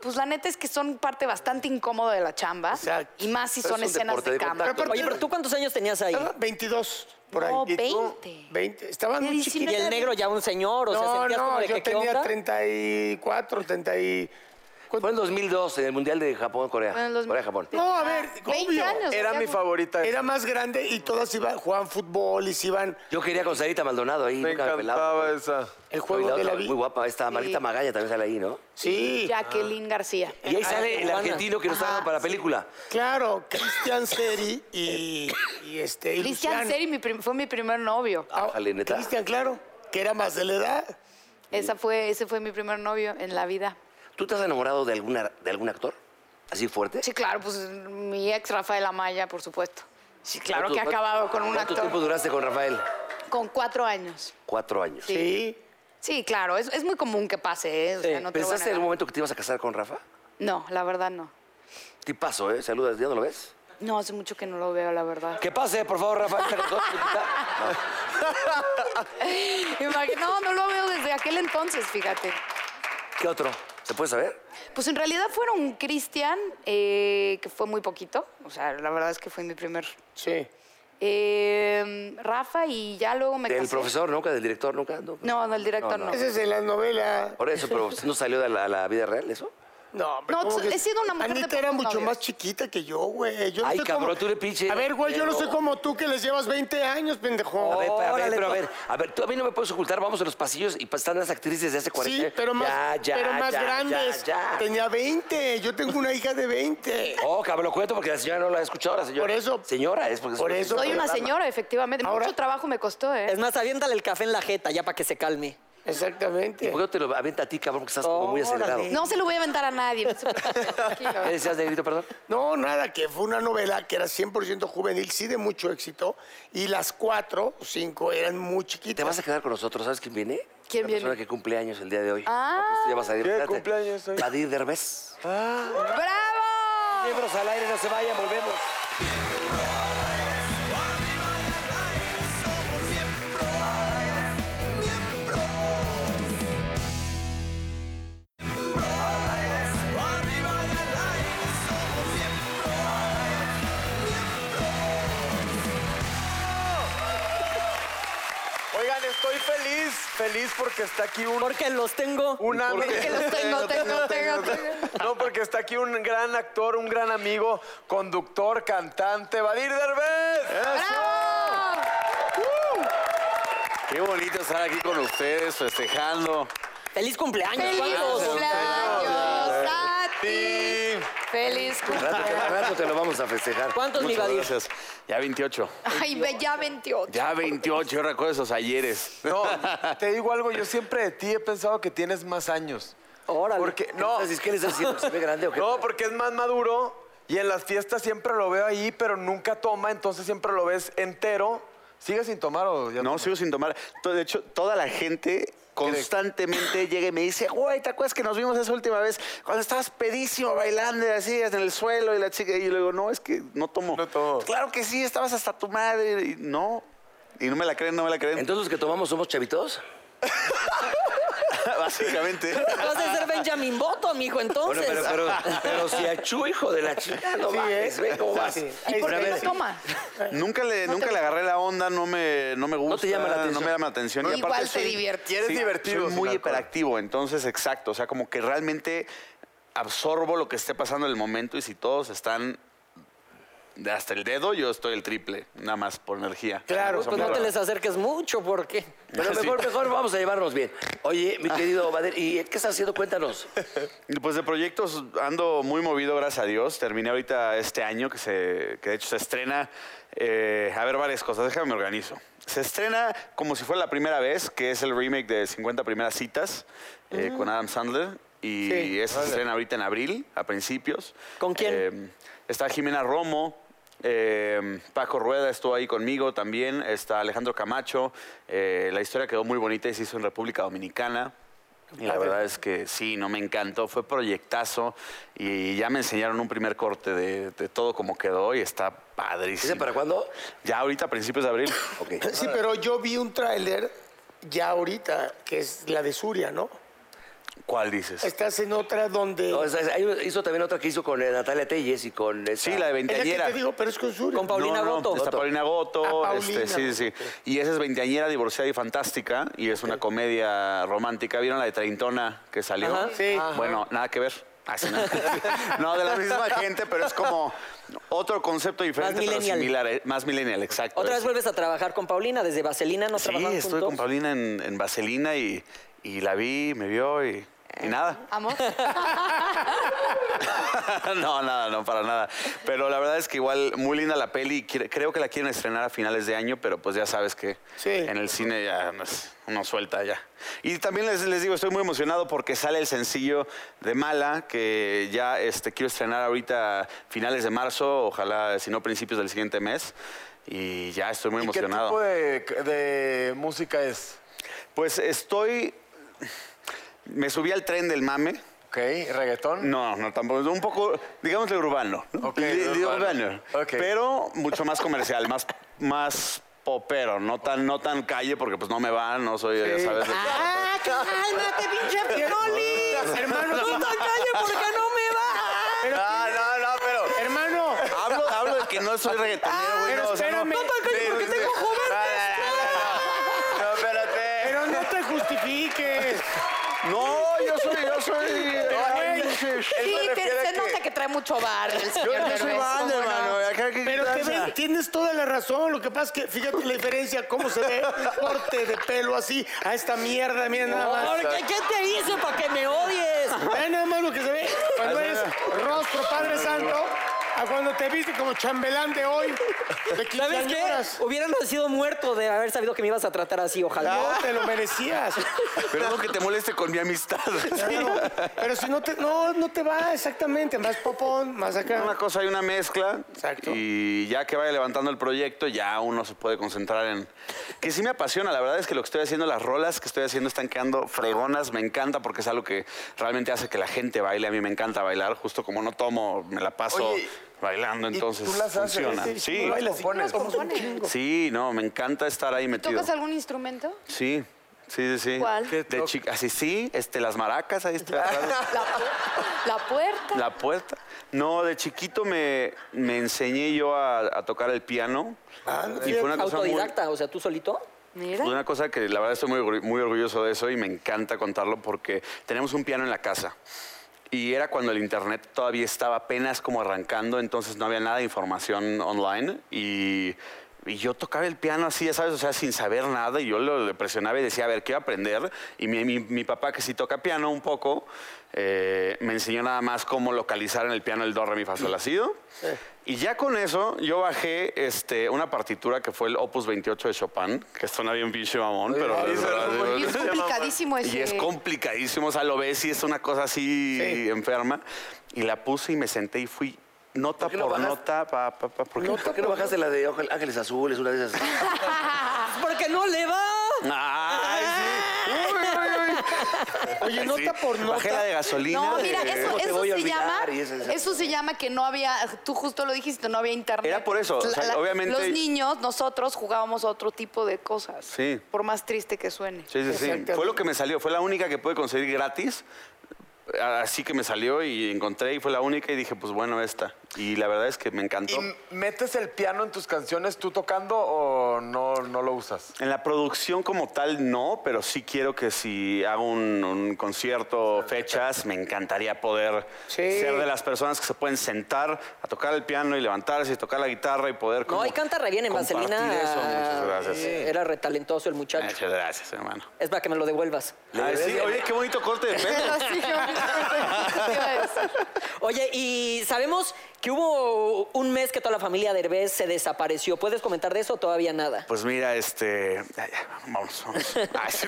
Pues la neta es que son parte bastante incómoda de la chamba. Exacto. Y más si Pero son es un escenas deporte de de cama. contacto. Oye, pero ¿tú cuántos años tenías ahí? Estaba 22 por ahí. No, ¿Y tú? 20. 20. Estaban Me muy dicen- chiquitos. Y el negro ya un señor, o sea, No, sentías como no, de yo que qué tenía onda. 34, 30 y... Fue en 2002, en el Mundial de Japón, Corea. Bueno, los- Corea-Japón. No, a ver, 20 obvio. años. Era o mi sea, favorita. Era más grande y todas iban, jugaban fútbol y se iban Yo quería con Sarita Maldonado ahí. Me nunca me pelaba. encantaba esa. el No, y juego la de otra, la Muy vida. guapa, esta Marita Magaña también sale ahí, ¿no? Sí, Jacqueline García. Y ahí sale el cubana. argentino que nos está para película. claro, Cristian Seri y, y este... y Cristian Luciano. Seri mi prim- fue mi primer novio. Ah, Ájale, neta. Cristian, claro, que era más de la edad. Esa fue, ese fue mi primer novio en la vida. ¿Tú te has enamorado de, alguna, de algún actor? ¿Así fuerte? Sí, claro, pues mi ex Rafael Amaya, por supuesto. Sí, claro ¿Cuánto- que ha acabado con un ¿Cuánto tiempo actor. duraste con Rafael? Con cuatro años. Cuatro años. Sí. Sí, claro, es, es muy común que pase, ¿eh? O sea, no te lo voy a ¿Pensaste en negar. algún momento que te ibas a casar con Rafa? No, la verdad no. Tipazo, ¿eh? Saludas, ¿ya no lo ves? No, hace mucho que no lo veo, la *laughs* verdad. Que pase, por favor, Rafa. Está con nosotros, está- Imagina- No, no lo veo desde aquel entonces, fíjate. ¿Qué otro? ¿Se puede saber? Pues en realidad fueron Cristian, eh, que fue muy poquito. O sea, la verdad es que fue mi primer. Sí. eh, Rafa y ya luego me ¿Del casé. profesor nunca? ¿Del director nunca? No, No, del director no. Esa es de la novela. Por eso, pero ¿no salió de la, a la vida real eso? No, hombre, No, ¿cómo tú- he sido una mujer de Anita era pocos mucho novios. más chiquita que yo, güey. Yo no Ay, soy cabrón, como- tú eres pinche A ver, güey, yo no pero- soy como tú que les llevas 20 años, pendejo. A ver, pero, a ver, Órale, pero a tú- pues. ver, a ver, tú a mí no me puedes ocultar, vamos a los pasillos y pa- están las actrices de hace 40 Sí, pero más, Ya, ya, pero más ya, grandes. Ya, ya. Tenía 20. Yo tengo una hija de *laughs* 20. Oh, cabrón, lo cuento porque la señora no la ha escuchado, la señora. Por eso- Señora, es porque... por eso- Soy una Programa. señora, efectivamente. Ahora- Mucho trabajo me costó, ¿eh? Es más, aviéntale el café en la jeta ya para que se calme. Exactamente. ¿Y por qué no te lo aventa a ti, cabrón? Porque estás como muy Órale. acelerado. No se lo voy a aventar a nadie. no se preocupe, tranquilo. *laughs* ¿Qué decías, Negrito, perdón? No, nada, que fue una novela que era 100% juvenil, sí de mucho éxito, y las cuatro o cinco eran muy Te chiquitas. vas a quedar con nosotros. ¿Sabes quién viene? ¿Quién La viene? persona que cumple años el día de hoy. Ah. Aunque esto ya va a salir. ¿Qué espérate. cumpleaños hoy? Vadir Derbez. ¡Bravo! Miembros al aire, no se vayan, volvemos. Oigan, estoy feliz, feliz porque está aquí un... Porque los tengo. un ami- Porque los tengo, tengo, tengo, tengo. *laughs* No, porque está aquí un gran actor, un gran amigo, conductor, cantante, Vadir Derbez. Ah, ¡Bravo! Qué bonito estar aquí con ustedes festejando. ¡Feliz cumpleaños! ¡Feliz ¿Cuántos? cumpleaños a ti! Sí. ¡Feliz Rato, cumpleaños! te- rato te lo vamos a festejar. ¿Cuántos, mi Muchas Vadir? gracias. Ya 28. Ay, ve, ya 28. Ya 28, yo recuerdo esos ayeres. No, te digo algo, yo siempre de ti he pensado que tienes más años. Órale. Porque, no, No. ¿Qué les haciendo? ¿Se ve grande o qué? no, porque es más maduro y en las fiestas siempre lo veo ahí, pero nunca toma, entonces siempre lo ves entero. ¿Sigues sin tomar o ya No, tomas? sigo sin tomar. To- De hecho, toda la gente constantemente llega y me dice, güey, ¿te acuerdas que nos vimos esa última vez? Cuando estabas pedísimo bailando y así, en el suelo y la chica. Y yo le digo, no, es que no tomo. No tomo. Claro que sí, estabas hasta tu madre. Y no. Y no me la creen, no me la creen. Entonces, ¿los que tomamos somos chavitos? Básicamente. Vas a ser Benjamin Boto, mijo, Bueno, entonces. Ah, pero, pero, pero si a Chu, hijo de la chica, no Sí, mames, ¿eh? ve cómo vas. Sí. ¿Y por Pero a qué no ver, toma? Nunca le, nunca le agarré la onda, no me, no me gusta. llama la atención. No me llama la atención. y Igual aparte te soy- diviertes. Eres divertido Soy sin muy alcohol. hiperactivo, entonces exacto. O sea, como que realmente absorbo lo que esté pasando en el momento y si todos están de hasta el dedo, yo estoy el triple, nada más por energía. Claro, Cosa Pues no muy te rara. les acerques mucho, porque... pero Sí. mejor, mejor vamos a llevarnos bien. Oye, mi querido Bader, ¿y qué estás haciendo? Cuéntanos. Pues de proyectos ando muy movido, gracias a Dios. Terminé ahorita este año, que, se, que de hecho se estrena. eh, a ver, varias cosas, déjame me organizo. Se estrena como si fuera la primera vez, que es el remake de 50 Primeras Citas eh, Mm. con Adam Sandler. Y Sí. esa se estrena ahorita en abril, a principios. ¿Con quién? Eh, está Jimena Romo. eh, Paco Rueda estuvo ahí conmigo también, está Alejandro Camacho, eh, la historia quedó muy bonita y se hizo en República Dominicana. Y la verdad es que sí, no me encantó, fue proyectazo y ya me enseñaron un primer corte de, de todo como quedó y está padrísimo. ¿Ese para cuándo? Ya ahorita a principios de abril. Ok. Sí, pero yo vi un tráiler ya ahorita, que es la de Suria, ¿no? ¿Cuál dices? Estás en otra donde... No, esa- esa- hay una- hizo también otra que hizo con eh, Natalia Telles y con... esa- Sí, la de Es la que veinteañera. te digo, pero es con Suria. Con Paulina Goto. Está Goto. Paulina Goto. Ah, este, Paulina sí, sí, sí. Y esa es veinteañera, divorciada y fantástica. Y es una comedia romántica. ¿Vieron la de Treintona que salió? Ajá. Sí. Bueno, nada que ver. Ah, *laughs* sí, nada. no, de la misma gente, pero es como otro concepto diferente, pero millennial. similar. eh, Más millennial, exacto. Otra vez eso. vuelves a trabajar con Paulina, desde Vaselina no Sí, trabajaron estuve con juntos. Paulina en, en Vaselina y, y la vi, me vio y, y nada. Amor. *laughs* no, nada, no, para nada. Pero la verdad es que igual muy linda la peli. Quiere- Creo que la quieren estrenar a finales de año, pero pues ya sabes que Sí. en el cine ya nos- uno suelta ya. Y también les, les digo, estoy muy emocionado porque sale el sencillo de Mala, que ya este, quiero estrenar ahorita finales de marzo, ojalá, si no principios del siguiente mes. Y ya estoy muy ¿Y qué emocionado. tipo de, de música es? Pues estoy... Me subí al tren del mame. ¿Ok? ¿Reggaetón? No, no, tampoco. Un poco, digamos, de urbano. ¿no? Ok, Li- li- urbano. Ok. Pero mucho más comercial, más, más popero. No tan, no tan calle, porque pues no me va, no soy, ya sabes. de- ¡Ah, cálmate, pinche Pinolis! Hermano, tú estás calle, ¿por qué no me vas? No, no, no, pero... Hermano, Hablo, hablo de que no soy Ah, reggaetonero, güey. pero no, o sea, no. pues, espérame. No tan calle, porque tengo No, espérate. Pero no te justifiques. No, yo soy, yo soy... Sí, me te- refiere se que- nota que trae mucho bar. el Yo, señor yo soy Derbez, banda, ¿cómo no? hermano. acá que- Pero te ves- tienes toda la razón. Lo que pasa es que fíjate la diferencia, cómo se ve un corte de pelo así a esta mierda, mira nada más. ¿Por qué? ¿Qué te hice para que me odies? Ve nada más lo que se ve cuando es rostro, Padre Santo. a cuando te viste como chambelán de hoy. De ¿Sabes qué? quinceañeras. Hubieran sido muerto de haber sabido que me ibas a tratar así, ojalá. No, te lo merecías. Perdón que te moleste con mi amistad. Claro, Pero si no te, no, no te va exactamente. Más popón, más Una acá. cosa hay una mezcla. Exacto. Y ya que vaya levantando el proyecto, ya uno se puede concentrar en. Que sí me apasiona. La verdad es que lo que estoy haciendo, las rolas que estoy haciendo están quedando fregonas. Me encanta porque es algo que realmente hace que la gente baile. A mí me encanta bailar. Justo como no tomo, me la paso Oye, bailando. Entonces funciona. Sí. Bailas, compones. Sí, no, me encanta estar ahí metido. ¿Tocas algún instrumento? Sí. Sí, sí, sí. ¿Cuál? ¿Qué De chica. Así sí, este, las maracas, ahí está. La puerta. La puerta. No, de chiquito me, me enseñé yo a, a tocar el piano. y fue una cosa, muy- Autodidacta, o sea, tú solito. Mira. fue una cosa que la verdad estoy muy, orgu- muy orgulloso de eso y me encanta contarlo porque tenemos un piano en la casa. Y era cuando el internet todavía estaba apenas como arrancando, entonces no había nada de información online. Y, y yo tocaba el piano así, ya sabes, o sea, sin saber nada. Y yo lo, le presionaba y decía, a ver, quiero aprender. Y mi, mi- mi papá, que sí toca piano un poco, eh, me enseñó nada más cómo localizar en el piano el do, re, mi, fa, sol, la, si, do. Y ya con eso, yo bajé este, una partitura que fue el Opus 28 de Chopin, que suena bien pinche mamón, pero... es verdad, Y es complicadísimo ese. y es complicadísimo, o sea, lo ves y es una cosa así enferma. Y la puse y me senté y fui nota ¿Por qué por, no bajas? nota, pa, pa, pa, porque... ¿Por qué no bajaste la de Ángel- Ángeles Azules, una *laughs* de esas? Porque Pues, no le va. ¡Ay, sí! Uy, uy, uy. Oye, Ay, nota sí. por nota. Bajé la de gasolina. No, de- mira, eso, ¿cómo te eso voy a se llama, olvidar? Y ese- ese- eso se llama que no había, tú justo lo dijiste, no había internet. Era por eso, o sea, obviamente- Los niños, nosotros jugábamos otro tipo de cosas. Sí. Por más triste que suene. *laughs* Sí, sí, sí. Exactamente. Fue lo que me salió. Fue la única que pude conseguir gratis. Así que me salió y encontré y fue la única y dije, pues bueno, esta. Y la verdad es que me encantó. ¿Y metes el piano en tus canciones tú tocando o no, no lo usas? En la producción como tal no, pero sí quiero que si hago un, un concierto, fechas, me encantaría poder Sí. ser de las personas que se pueden sentar a tocar el piano y levantarse y tocar la guitarra y poder como No, y canta re bien en compartir Vaselina. eso. Muchas gracias. eh, Era retalentoso el muchacho. Muchas gracias, hermano. Es para que me lo devuelvas. Ay, sí, oye, qué bonito corte de pelo. *laughs* Así que ahorita te iba a decir. *laughs* Oye, y sabemos que hubo un mes que toda la familia Derbez se desapareció. ¿Puedes comentar de eso o todavía nada? Pues mira, este. ay, Vamos, vamos. *laughs* Ay, sí.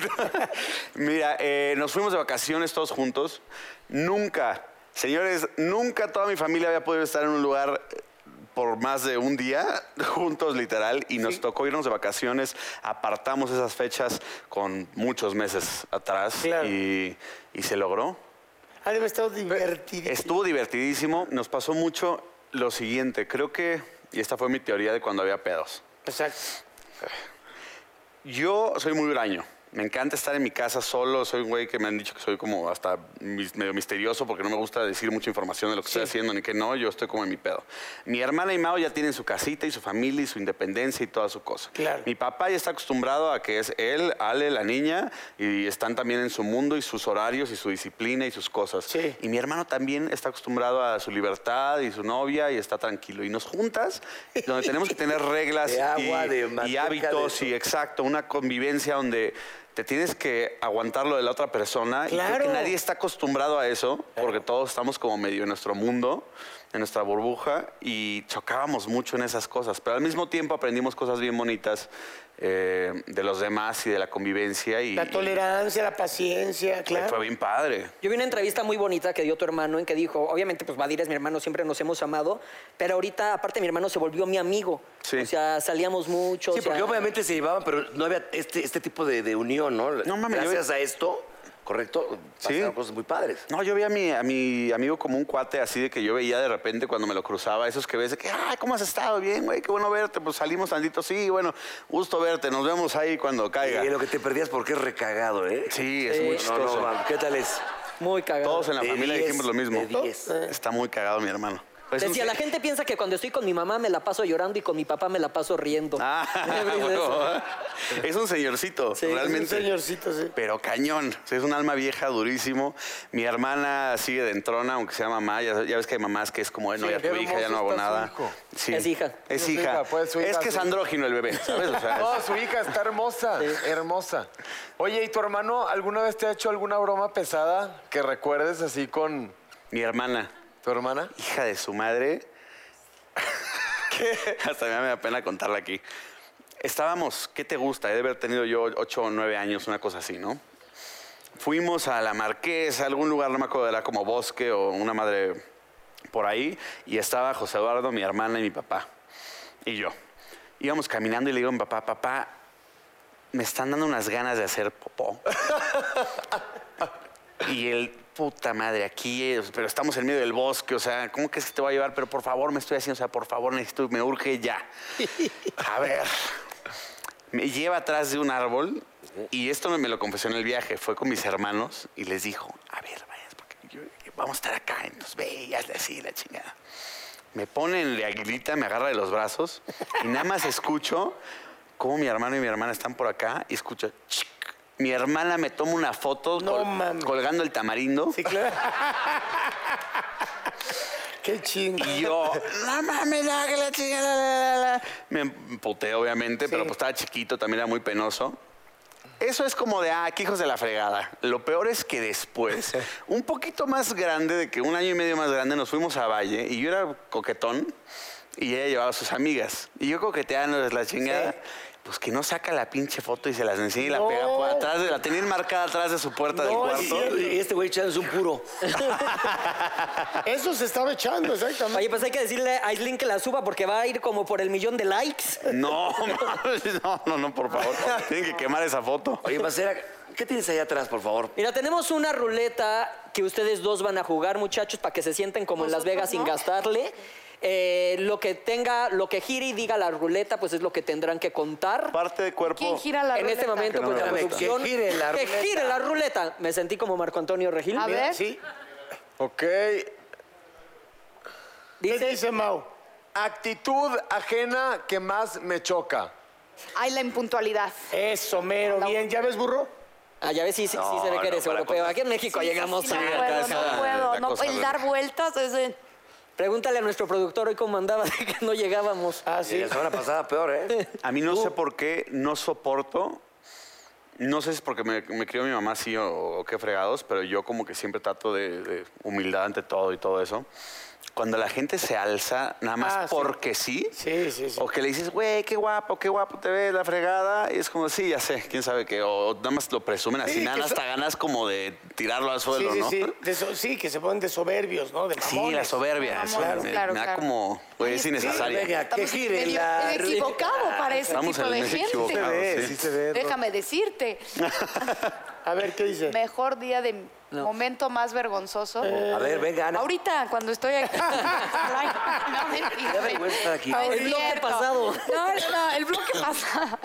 mira, eh, nos fuimos de vacaciones todos juntos. Nunca, señores, nunca toda mi familia había podido estar en un lugar eh, por más de un día, *laughs* juntos literal, y nos tocó irnos de vacaciones. Apartamos esas fechas con muchos meses atrás Claro. y- y se logró. Ha de haber estado divertido. Estuvo divertidísimo. Nos pasó mucho lo siguiente. Creo que, y esta fue mi teoría de cuando había pedos. Exacto. Yo soy muy huraño. Me encanta estar en mi casa solo. Soy un güey que me han dicho que soy como hasta mis- medio misterioso porque no me gusta decir mucha información de lo que estoy haciendo ni que no. Yo estoy como en mi pedo. Mi hermana y Mao ya tienen su casita y su familia y su independencia y toda su cosa. Claro. Mi papá ya está acostumbrado a que es él, Ale, la niña y están también en su mundo y sus horarios y su disciplina y sus cosas. Sí. Y mi hermano también está acostumbrado a su libertad y su novia y está tranquilo. Y nos juntas donde tenemos que tener *laughs* reglas De agua, y, de y manteca, hábitos de y exacto, una convivencia donde te tienes que aguantar lo de la otra persona. Y creo Claro. que nadie está acostumbrado a eso, porque todos estamos como medio en nuestro mundo, en nuestra burbuja, y chocábamos mucho en esas cosas. Pero al mismo tiempo aprendimos cosas bien bonitas eh, de los demás y de la convivencia. Y, La tolerancia, la paciencia, y fue claro. bien padre. Yo vi una entrevista muy bonita que dio tu hermano en que dijo, obviamente, pues Badir es mi hermano, siempre nos hemos amado, pero ahorita, aparte, mi hermano se volvió mi amigo. Sí. O sea, salíamos mucho. Sí, o sea, porque obviamente se llevaban, pero no había este, este tipo de, de unión, ¿no? No, mames, yo- Gracias a esto, correcto, Sí. pasaron cosas muy padres. No, yo veía a mi, a mi amigo como un cuate así de que yo veía de repente cuando me lo cruzaba, esos que ves de que, ay, ¿cómo has estado? Bien, güey, qué bueno verte. Pues salimos tantito, sí, bueno, gusto verte, nos vemos ahí cuando caiga. Y lo que te perdías porque es recagado, ¿eh? Sí, es muy No, no, chistoso. mam, ¿qué tal es? Muy cagado. Todos en la De familia 10, dijimos lo mismo. de 10. Está muy cagado mi hermano. Pues, Decía, no la sé. gente piensa que cuando estoy con mi mamá me la paso llorando y con mi papá me la paso riendo. *laughs* Ah, *laughs* Siempre dice huevo. eso. es un señorcito, es un realmente. Un señorcito, sí. Pero cañón, o sea, es un alma vieja durísimo. Mi hermana sigue de entrona, aunque sea mamá. Ya, ya ves que hay mamás que es como, no, Sí, ya qué tu hija, ya hermoso no hago está su nada. hijo. Sí. Es hija. Es Su hija. hija, pues, su es hija, que es su- andrógino el bebé, ¿sabes? O sea, *laughs* No, su hija está hermosa, hermosa. Oye, ¿y tu hermano alguna vez te ha hecho alguna broma pesada que recuerdes así con Mi hermana, tu hermana? hija de su madre, *laughs* Hasta me da pena contarla aquí. Estábamos, ¿qué te gusta? He de haber tenido yo ocho o nueve años, una cosa así, ¿no? Fuimos a la Marquesa, algún lugar, no me acuerdo, era como bosque o una madre por ahí, y estaba José Eduardo, mi hermana y mi papá, y yo. Íbamos caminando y le digo a mi papá, papá, me están dando unas ganas de hacer popó. Y el puta madre, aquí, es- pero estamos en medio del bosque, o sea, ¿cómo que se te va a llevar? Pero por favor, me estoy haciendo, o sea, por favor, necesito, me urge ya. A ver, me lleva atrás de un árbol y esto me lo confesó en el viaje, fue con mis hermanos y les dijo, a ver, vayan, porque yo- vamos a estar acá, entonces ve y hazle así, la chingada. Me ponen de aguilita, me agarra de los brazos y nada más escucho cómo mi hermano y mi hermana están por acá y escucho, chic. mi hermana me toma una foto No col- mames. colgando el tamarindo Sí, claro. Qué chingo. *laughs* y yo, no mames, no, que la chingada, la, la, la". Me emputé, obviamente, pero pues estaba chiquito, también era muy penoso. Eso es como de, ah, qué hijos de la fregada. Lo peor es *laughs* que después, un poquito más grande, de que un año y medio más grande, nos fuimos a Valle y yo era coquetón y ella llevaba a sus amigas. Y yo coqueteándoles la chingada. Pues que no saca la pinche foto y se las enseña y la pega por atrás, de, la tenía marcada atrás de su puerta del No, es cuarto. cierto. Y Este güey echando es un puro. Eso se estaba echando, exactamente. Oye, pues hay que decirle a Aislinn que la suba porque va a ir como por el millón de likes. No, mames, no, no, no, por favor. Tienen que quemar esa foto. Oye, Macera, ¿qué tienes ahí atrás, por favor? Mira, tenemos una ruleta que ustedes dos van a jugar, muchachos, para que se sienten como en Las Nosotros Vegas sin no. gastarle. Eh, lo que tenga, lo que gire y diga la ruleta, pues es lo que tendrán que contar. Parte de cuerpo. ¿Quién gira la en este ruleta? momento, Que no pues me la gusta. producción. Que gire la ruleta. Que gire la ruleta. Me sentí como Marco Antonio Regil. A ver, Sí. Ok. ¿Qué Dice, dice Mau? Actitud ajena que más me choca. hay la impuntualidad. Eso, mero, bien. ¿Ya ves, burro? ah, ya ves si sí, sí No, se ve que no, eres para europeo. cosas- Aquí en México llegamos Sí, sí, a... no puedo, no puedo. No, cosa el dar vueltas es de- Pregúntale a nuestro productor hoy cómo andaba de que no llegábamos. Ah, sí. Y La semana pasada peor, ¿eh? A mí no sé por qué no soporto. No sé si es porque me, me crió mi mamá así o, o qué fregados, pero yo como que siempre trato de, de humildad ante todo y todo eso. Cuando la gente se alza nada más Ah, sí. porque sí, Sí, sí, sí. o que le dices, güey, qué guapo, qué guapo te ves, la fregada, y es como, sí, ya sé, quién sabe qué, o nada más lo presumen así, Sí, nada, que hasta so- ganas como de tirarlo al Sí, suelo, sí, ¿no? sí. De so- sí, que se ponen de soberbios, ¿no? De Sí, mamones. la soberbia, eso Mamones, me, claro, me da claro. como, güey, es innecesario. Venga, que Estamos gire medio- la medio equivocado para ese Estamos en tipo el de mes equivocado, gente. sí. Déjame decirte, A ver, ¿qué dice? mejor día de momento más vergonzoso. A ver, venga, Ana. Ahorita, cuando estoy *laughs* aquí. no, mentira. Da vergüenza estar aquí. No, es El bloque cierto. pasado. No, no, no, el bloque *laughs* pasado.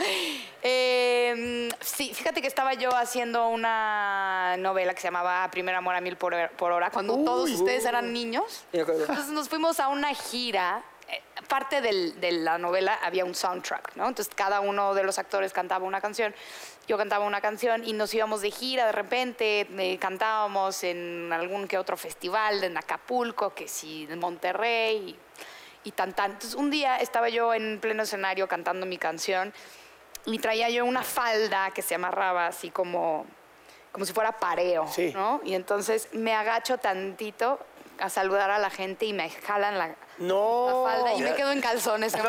Eh, mm, sí, fíjate que estaba yo haciendo una novela que se llamaba Primer Amor a Mil por, por Hora, cuando todos ustedes eran niños. Me acuerdo. Entonces nos fuimos a una gira. Eh, Parte del- de la novela había un soundtrack, ¿no? Entonces cada uno de los actores cantaba una canción. Yo cantaba una canción y nos íbamos de gira de repente. eh, cantábamos en algún que otro festival, en Acapulco, que sí, en Monterrey y, y tan tan. Entonces un día estaba yo en pleno escenario cantando mi canción y traía yo una falda que se amarraba así como, como si fuera pareo, Sí. ¿no? Y entonces me agacho tantito a saludar a la gente y me jalan la, No. la falda y me quedo en calzones. No,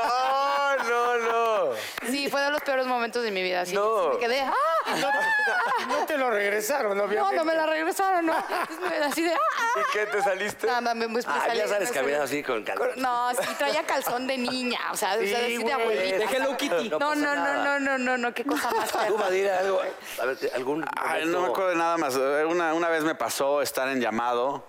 no, no. Sí, fue de los peores momentos de mi vida. Sí, No. me quedé, ¡ah! No te lo regresaron, No, obviamente. no me la regresaron, no. Entonces, me- Así de, ¡ah! ¿Y qué te saliste? Nada, me, pues, me- me Ah, salí- ya sales me caminando salí- así con calor. No, sí, traía calzón de niña, o sea, o sea, Sí, así de güey. abuelita. De Hello Kitty. No, no, pasa no, nada. no, no, no, no, qué cosa más Tú, terrible. Madira, algo. A ver, algún. *laughs* Ay, momento- no me acuerdo de nada más. Eh, Una, una vez me pasó estar en llamado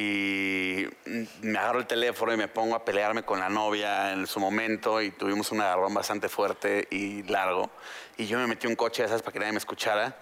y mm, me agarro el teléfono y me pongo a pelearme con la novia en su momento y tuvimos un agarrón bastante fuerte y largo. Y yo me metí un coche de esas para que nadie me escuchara,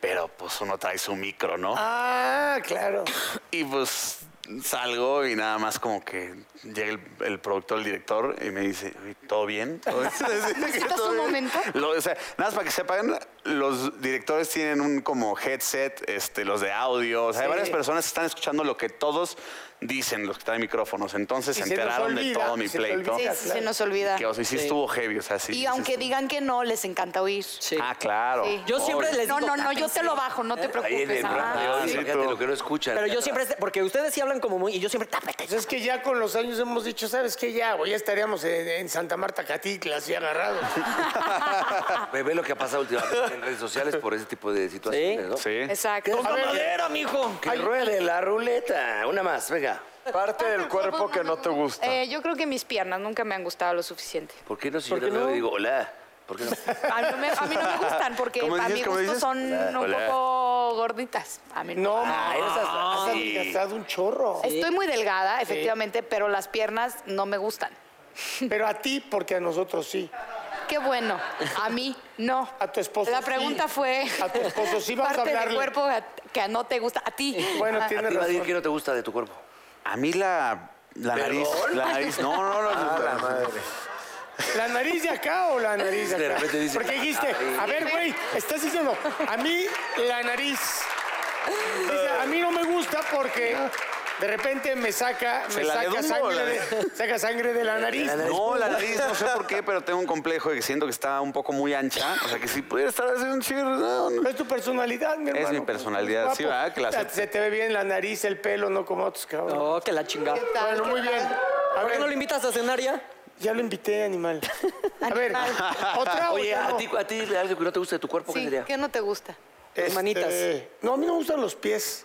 pero pues uno trae su micro, ¿no? Ah, claro. Y pues salgo y nada más como que llega el, el productor, el director y me dice, "Oye, ¿todo bien? *laughs* ¿Necesitas un momento? o sea, nada más para que sepan, los directores tienen un como headset, este, los de audio, o sea, hay varias personas que están escuchando lo que todos dicen los que están en micrófonos. Entonces Y se se nos enteraron de olvida, todo mi se te pleito. Sí, olvida. sí, se nos olvida. Que, o sea, sí, estuvo heavy, o sea, sí. Y sí aunque estuvo- digan que no, les encanta oír. Sí. Ah, claro. Sí. Yo siempre les No, digo, no, no, yo te "Tápense". lo bajo, no te Ahí en preocupes. Ah, el ajá. radio, Ah, sí. fíjate lo que no escuchan. Pero yo siempre, este, porque ustedes sí hablan como muy, y yo siempre, tápate. Pues es que ya con los años hemos dicho, ¿sabes qué? Ya, güey, ya estaríamos en, en Santa Marta Catitla, así agarrados. *laughs* Ve, ve lo que ha pasado últimamente en redes sociales por ese tipo de situaciones, ¿no? Sí. Exacto. A ver, mijo! Que ruede la ruleta. Una más, venga. Parte del cuerpo que no te gusta. Eh, yo creo que mis piernas nunca me han gustado lo suficiente. ¿Por qué no si yo te veo y digo, hola? ¿Por qué no? A mí, no me- a mí no me gustan porque ¿Cómo a dices? mi ¿Cómo gusto dices? son Hola, un hola. poco gorditas. A mí No, Ah, mames, eres has así. adelgazado un chorro. Estoy muy delgada, efectivamente, pero las piernas no me gustan. Pero a ti, porque a nosotros sí. Qué bueno. A mí no. A tu esposo La sí. pregunta fue. A tu esposo sí vamos a parte del hablarle. cuerpo a- que no te gusta. A ti. Bueno, Ah, tienes Te iba a decir razón. que no te gusta de tu cuerpo. A mí la, la nariz. La nariz. No, no, Ah, no. ¿La nariz de acá o la nariz de acá? De repente dice, Porque dijiste, a ver, güey, estás diciendo, a mí la nariz. Dice, a mí no me gusta porque de repente me saca, me ¿Se la saca deduzco o sangre la de, saca sangre de la nariz. No, la nariz, no sé por qué, pero tengo un complejo de que siento que está un poco muy ancha. O sea, que si pudiera estar así un chir... no, no. Es tu personalidad, mi hermano. mi personalidad, Guapo. sí, ¿verdad? Que la acepto. Se te ve bien la nariz, el pelo, no como otros, cabrón. No, que la chingada. Bueno, muy bien. A ¿Por qué ver, no lo invitas a cenar ya? ya lo invité, animal. A ver, otra o Oye, ya a no? ti, a ti algo que no te gusta de tu cuerpo, ¿qué Sí, sería? ¿qué no te gusta? Este, manitas. No, a mí no me gustan los pies.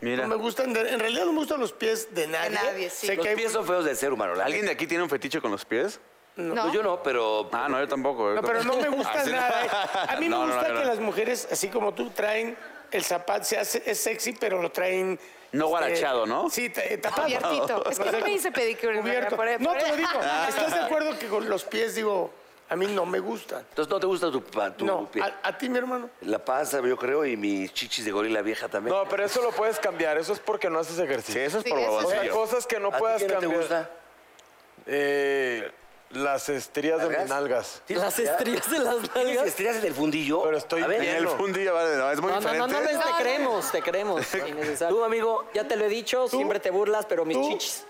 Mira. No me gustan, de- en realidad no me gustan los pies de nadie. nadie, sí. Sé Los que hay- pies son feos del ser humano. la ¿Alguien de aquí tiene un fetiche con los pies? neta. No, yo no, pero... Ah, no, yo tampoco. yo No, pero no me tampoco. gusta *laughs* Así no. nada. ¿eh? A mí *laughs* No, me no, gusta no, que no. las mujeres, así como tú, traen el zapato, se hace, es sexy, pero lo traen... este, No guarachado, ¿no? Sí, ta- eh, tapado. Abiertito. Es que No sé no me cómo- hice pedicure. Cubierto. por- e-, No, por- te lo *laughs* digo. ¿Estás de acuerdo que con los pies, digo, a mí no me gustan? Entonces no te gusta tu, pa- tu No, pie. a, a ti, mi hermano. La panza, yo creo, y mis chichis de gorila vieja también. No, pero eso lo puedes cambiar. Eso es porque no haces Sí, ejercicio. eso es por Sí, eso O sea, huevoncillo. cosas que no ¿A ti puedas qué no te cambiar. gusta? Eh, las esterías de mis nalgas. ¿Sí? Las estrías de las ¿Tienes nalgas. estiras en el fundillo? Pero estoy A En ver, el fundillo, vale, no, es muy No, no, diferente. no, no, no, te creemos, te creemos. Innecesario. tú, amigo, Ya te lo he dicho, siempre te burlas, pero mis chichis.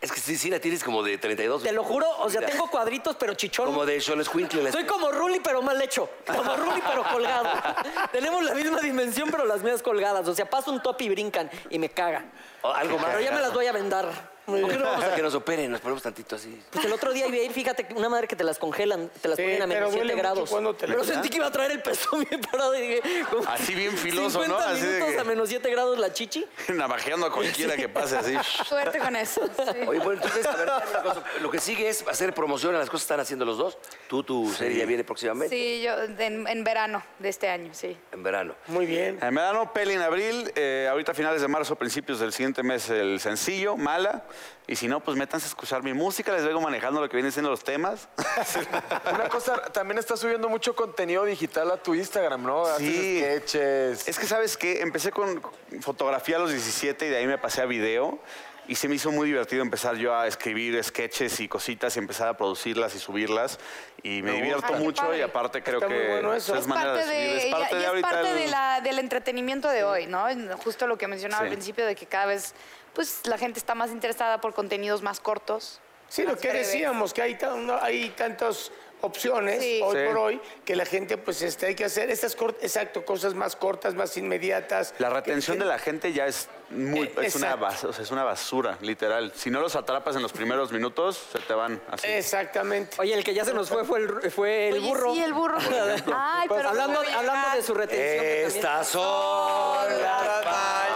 es que sí, sí la tienes como de 32. Te lo juro, o sea, Mira, tengo cuadritos, pero chichón. Como de Sean Squintle. Soy como Ruli, pero mal hecho. Como Ruli, pero colgado. Tenemos la misma dimensión, pero las mías colgadas. O sea, paso un top y brincan y me caga. Algo más. Pero ya me las voy a vendar. ¿Por qué no vamos a que nos operen? Nos ponemos tantito así. Pues el otro día iba a ir, fíjate, una madre que te las congelan, te las Sí, ponen a pero menos duele 7 mucho grados. cuando te la- Pero sentí que iba a traer el pezón *laughs* bien parado y dije, como Así bien filoso, 50 ¿no? Así de minutos que- a menos 7 grados la chichi. *laughs* Navajeando a cualquiera que pase *laughs* así. Eh, Suerte con eso. sí. Oye, bueno, entonces, a ver, una cosa, lo que sigue es hacer promoción a las cosas que están haciendo los dos. Tú, tu serie ya viene próximamente, Sí, yo en, en verano de este año, sí. en verano. Muy bien. En verano, peli en abril, eh, ahorita finales de marzo, principios del siguiente mes, el sencillo, mala. Y si no, pues métanse a escuchar mi música, les vengo manejando lo que vienen siendo los temas. Una cosa, también estás subiendo mucho contenido digital a tu Instagram, ¿no? Sí. Haces sketches. Es que, ¿sabes qué? Empecé con fotografía a los 17 y de ahí me pasé a video. Y se me hizo muy divertido empezar yo a escribir sketches y cositas y empezar a producirlas y subirlas. Y me divierto gusta. Ay, qué mucho y padre. aparte creo Está que muy bueno eso. es Es manera parte subir. de, y- y es ahorita parte el- de la- del entretenimiento de hoy, ¿no? Justo lo que mencionaba Sí. al principio de que cada vez pues la gente está más interesada por contenidos más cortos. Sí, lo más que breves. decíamos, que hay, tan- no, hay tantas opciones Sí. hoy Sí. por hoy que la gente, pues, este, hay que hacer estas cort- exacto, cosas más cortas, más inmediatas. La retención de la gente ya es muy Eh, es una, exacto. bas- o sea, es una basura, literal. Si no los atrapas en los primeros minutos, se te van así. eh, Exactamente. Oye, el que ya se nos fue fue el, fue el Oye, burro. Pues Sí, el burro. Ay, pero hablando, no voy a hablando de su retención. que también- Estas son las mañanitas.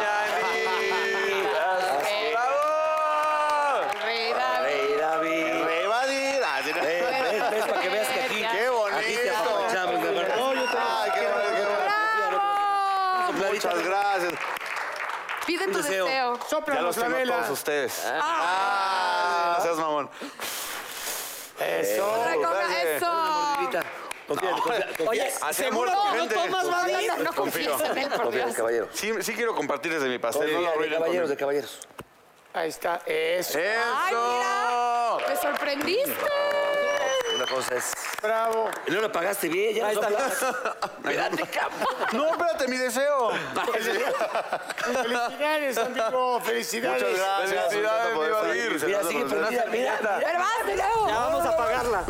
llegar. Rey David. Ven, ven, ven, para que veas que aquí. Qué bonito! Aquí te aprovechamos, mi amor. Muchas gracias. Pide tu deseo. deseo. Ya los Sóplanos la tengo a vela. todos ustedes. Ah, no seas mamón. Eso. Otra cosa, eso. Mordidita. Confía, confía, confía. Oye, Así seguro que amor, no gente. tomas, va No, no, no confíes en él, por Confía, Dios. caballero. Sí, sí quiero compartirles de mi pastel. no lo Confía, de arruinen caballeros, de conmigo. caballeros. Eh. Ahí está. Eso. Ay, mira. Me sorprendiste. Una cosa es. Bravo. No lo pagaste bien, ya Ahí no está. Espérate, cabrón. No, espérate, mi deseo. *laughs* Felicidades, amigo. Felicidades. Muchas gracias. Felicidades, Me encanta poder viva salir, Vir. se Mira, trata sigue de- prendida, mira, mira, hermano. Ya vamos a pagarla.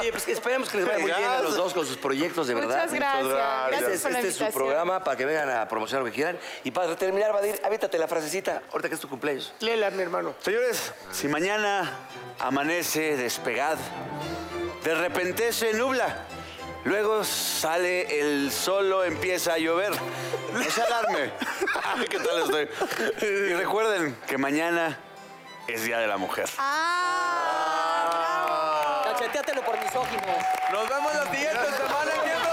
Oye, pues que esperemos que les vaya muy bien a los dos con sus proyectos, de verdad. Muchas gracias. gracias. Gracias Este es, por la este es su invitación. programa para que vengan a promocionar lo que quieran. Y para terminar, Badir, avítate la frasecita, ahorita que es tu cumpleaños. Lela, mi hermano. Señores, si mañana amanece despegad, de repente se nubla, luego sale el solo, empieza a llover. No se alarme. Ay, *laughs* ¿Qué tal estoy? Y recuerden que mañana es Día de la Mujer. ¡Ah! bravo. Cacheteatelo por misóginos. Nos vemos la siguiente semana, miembros.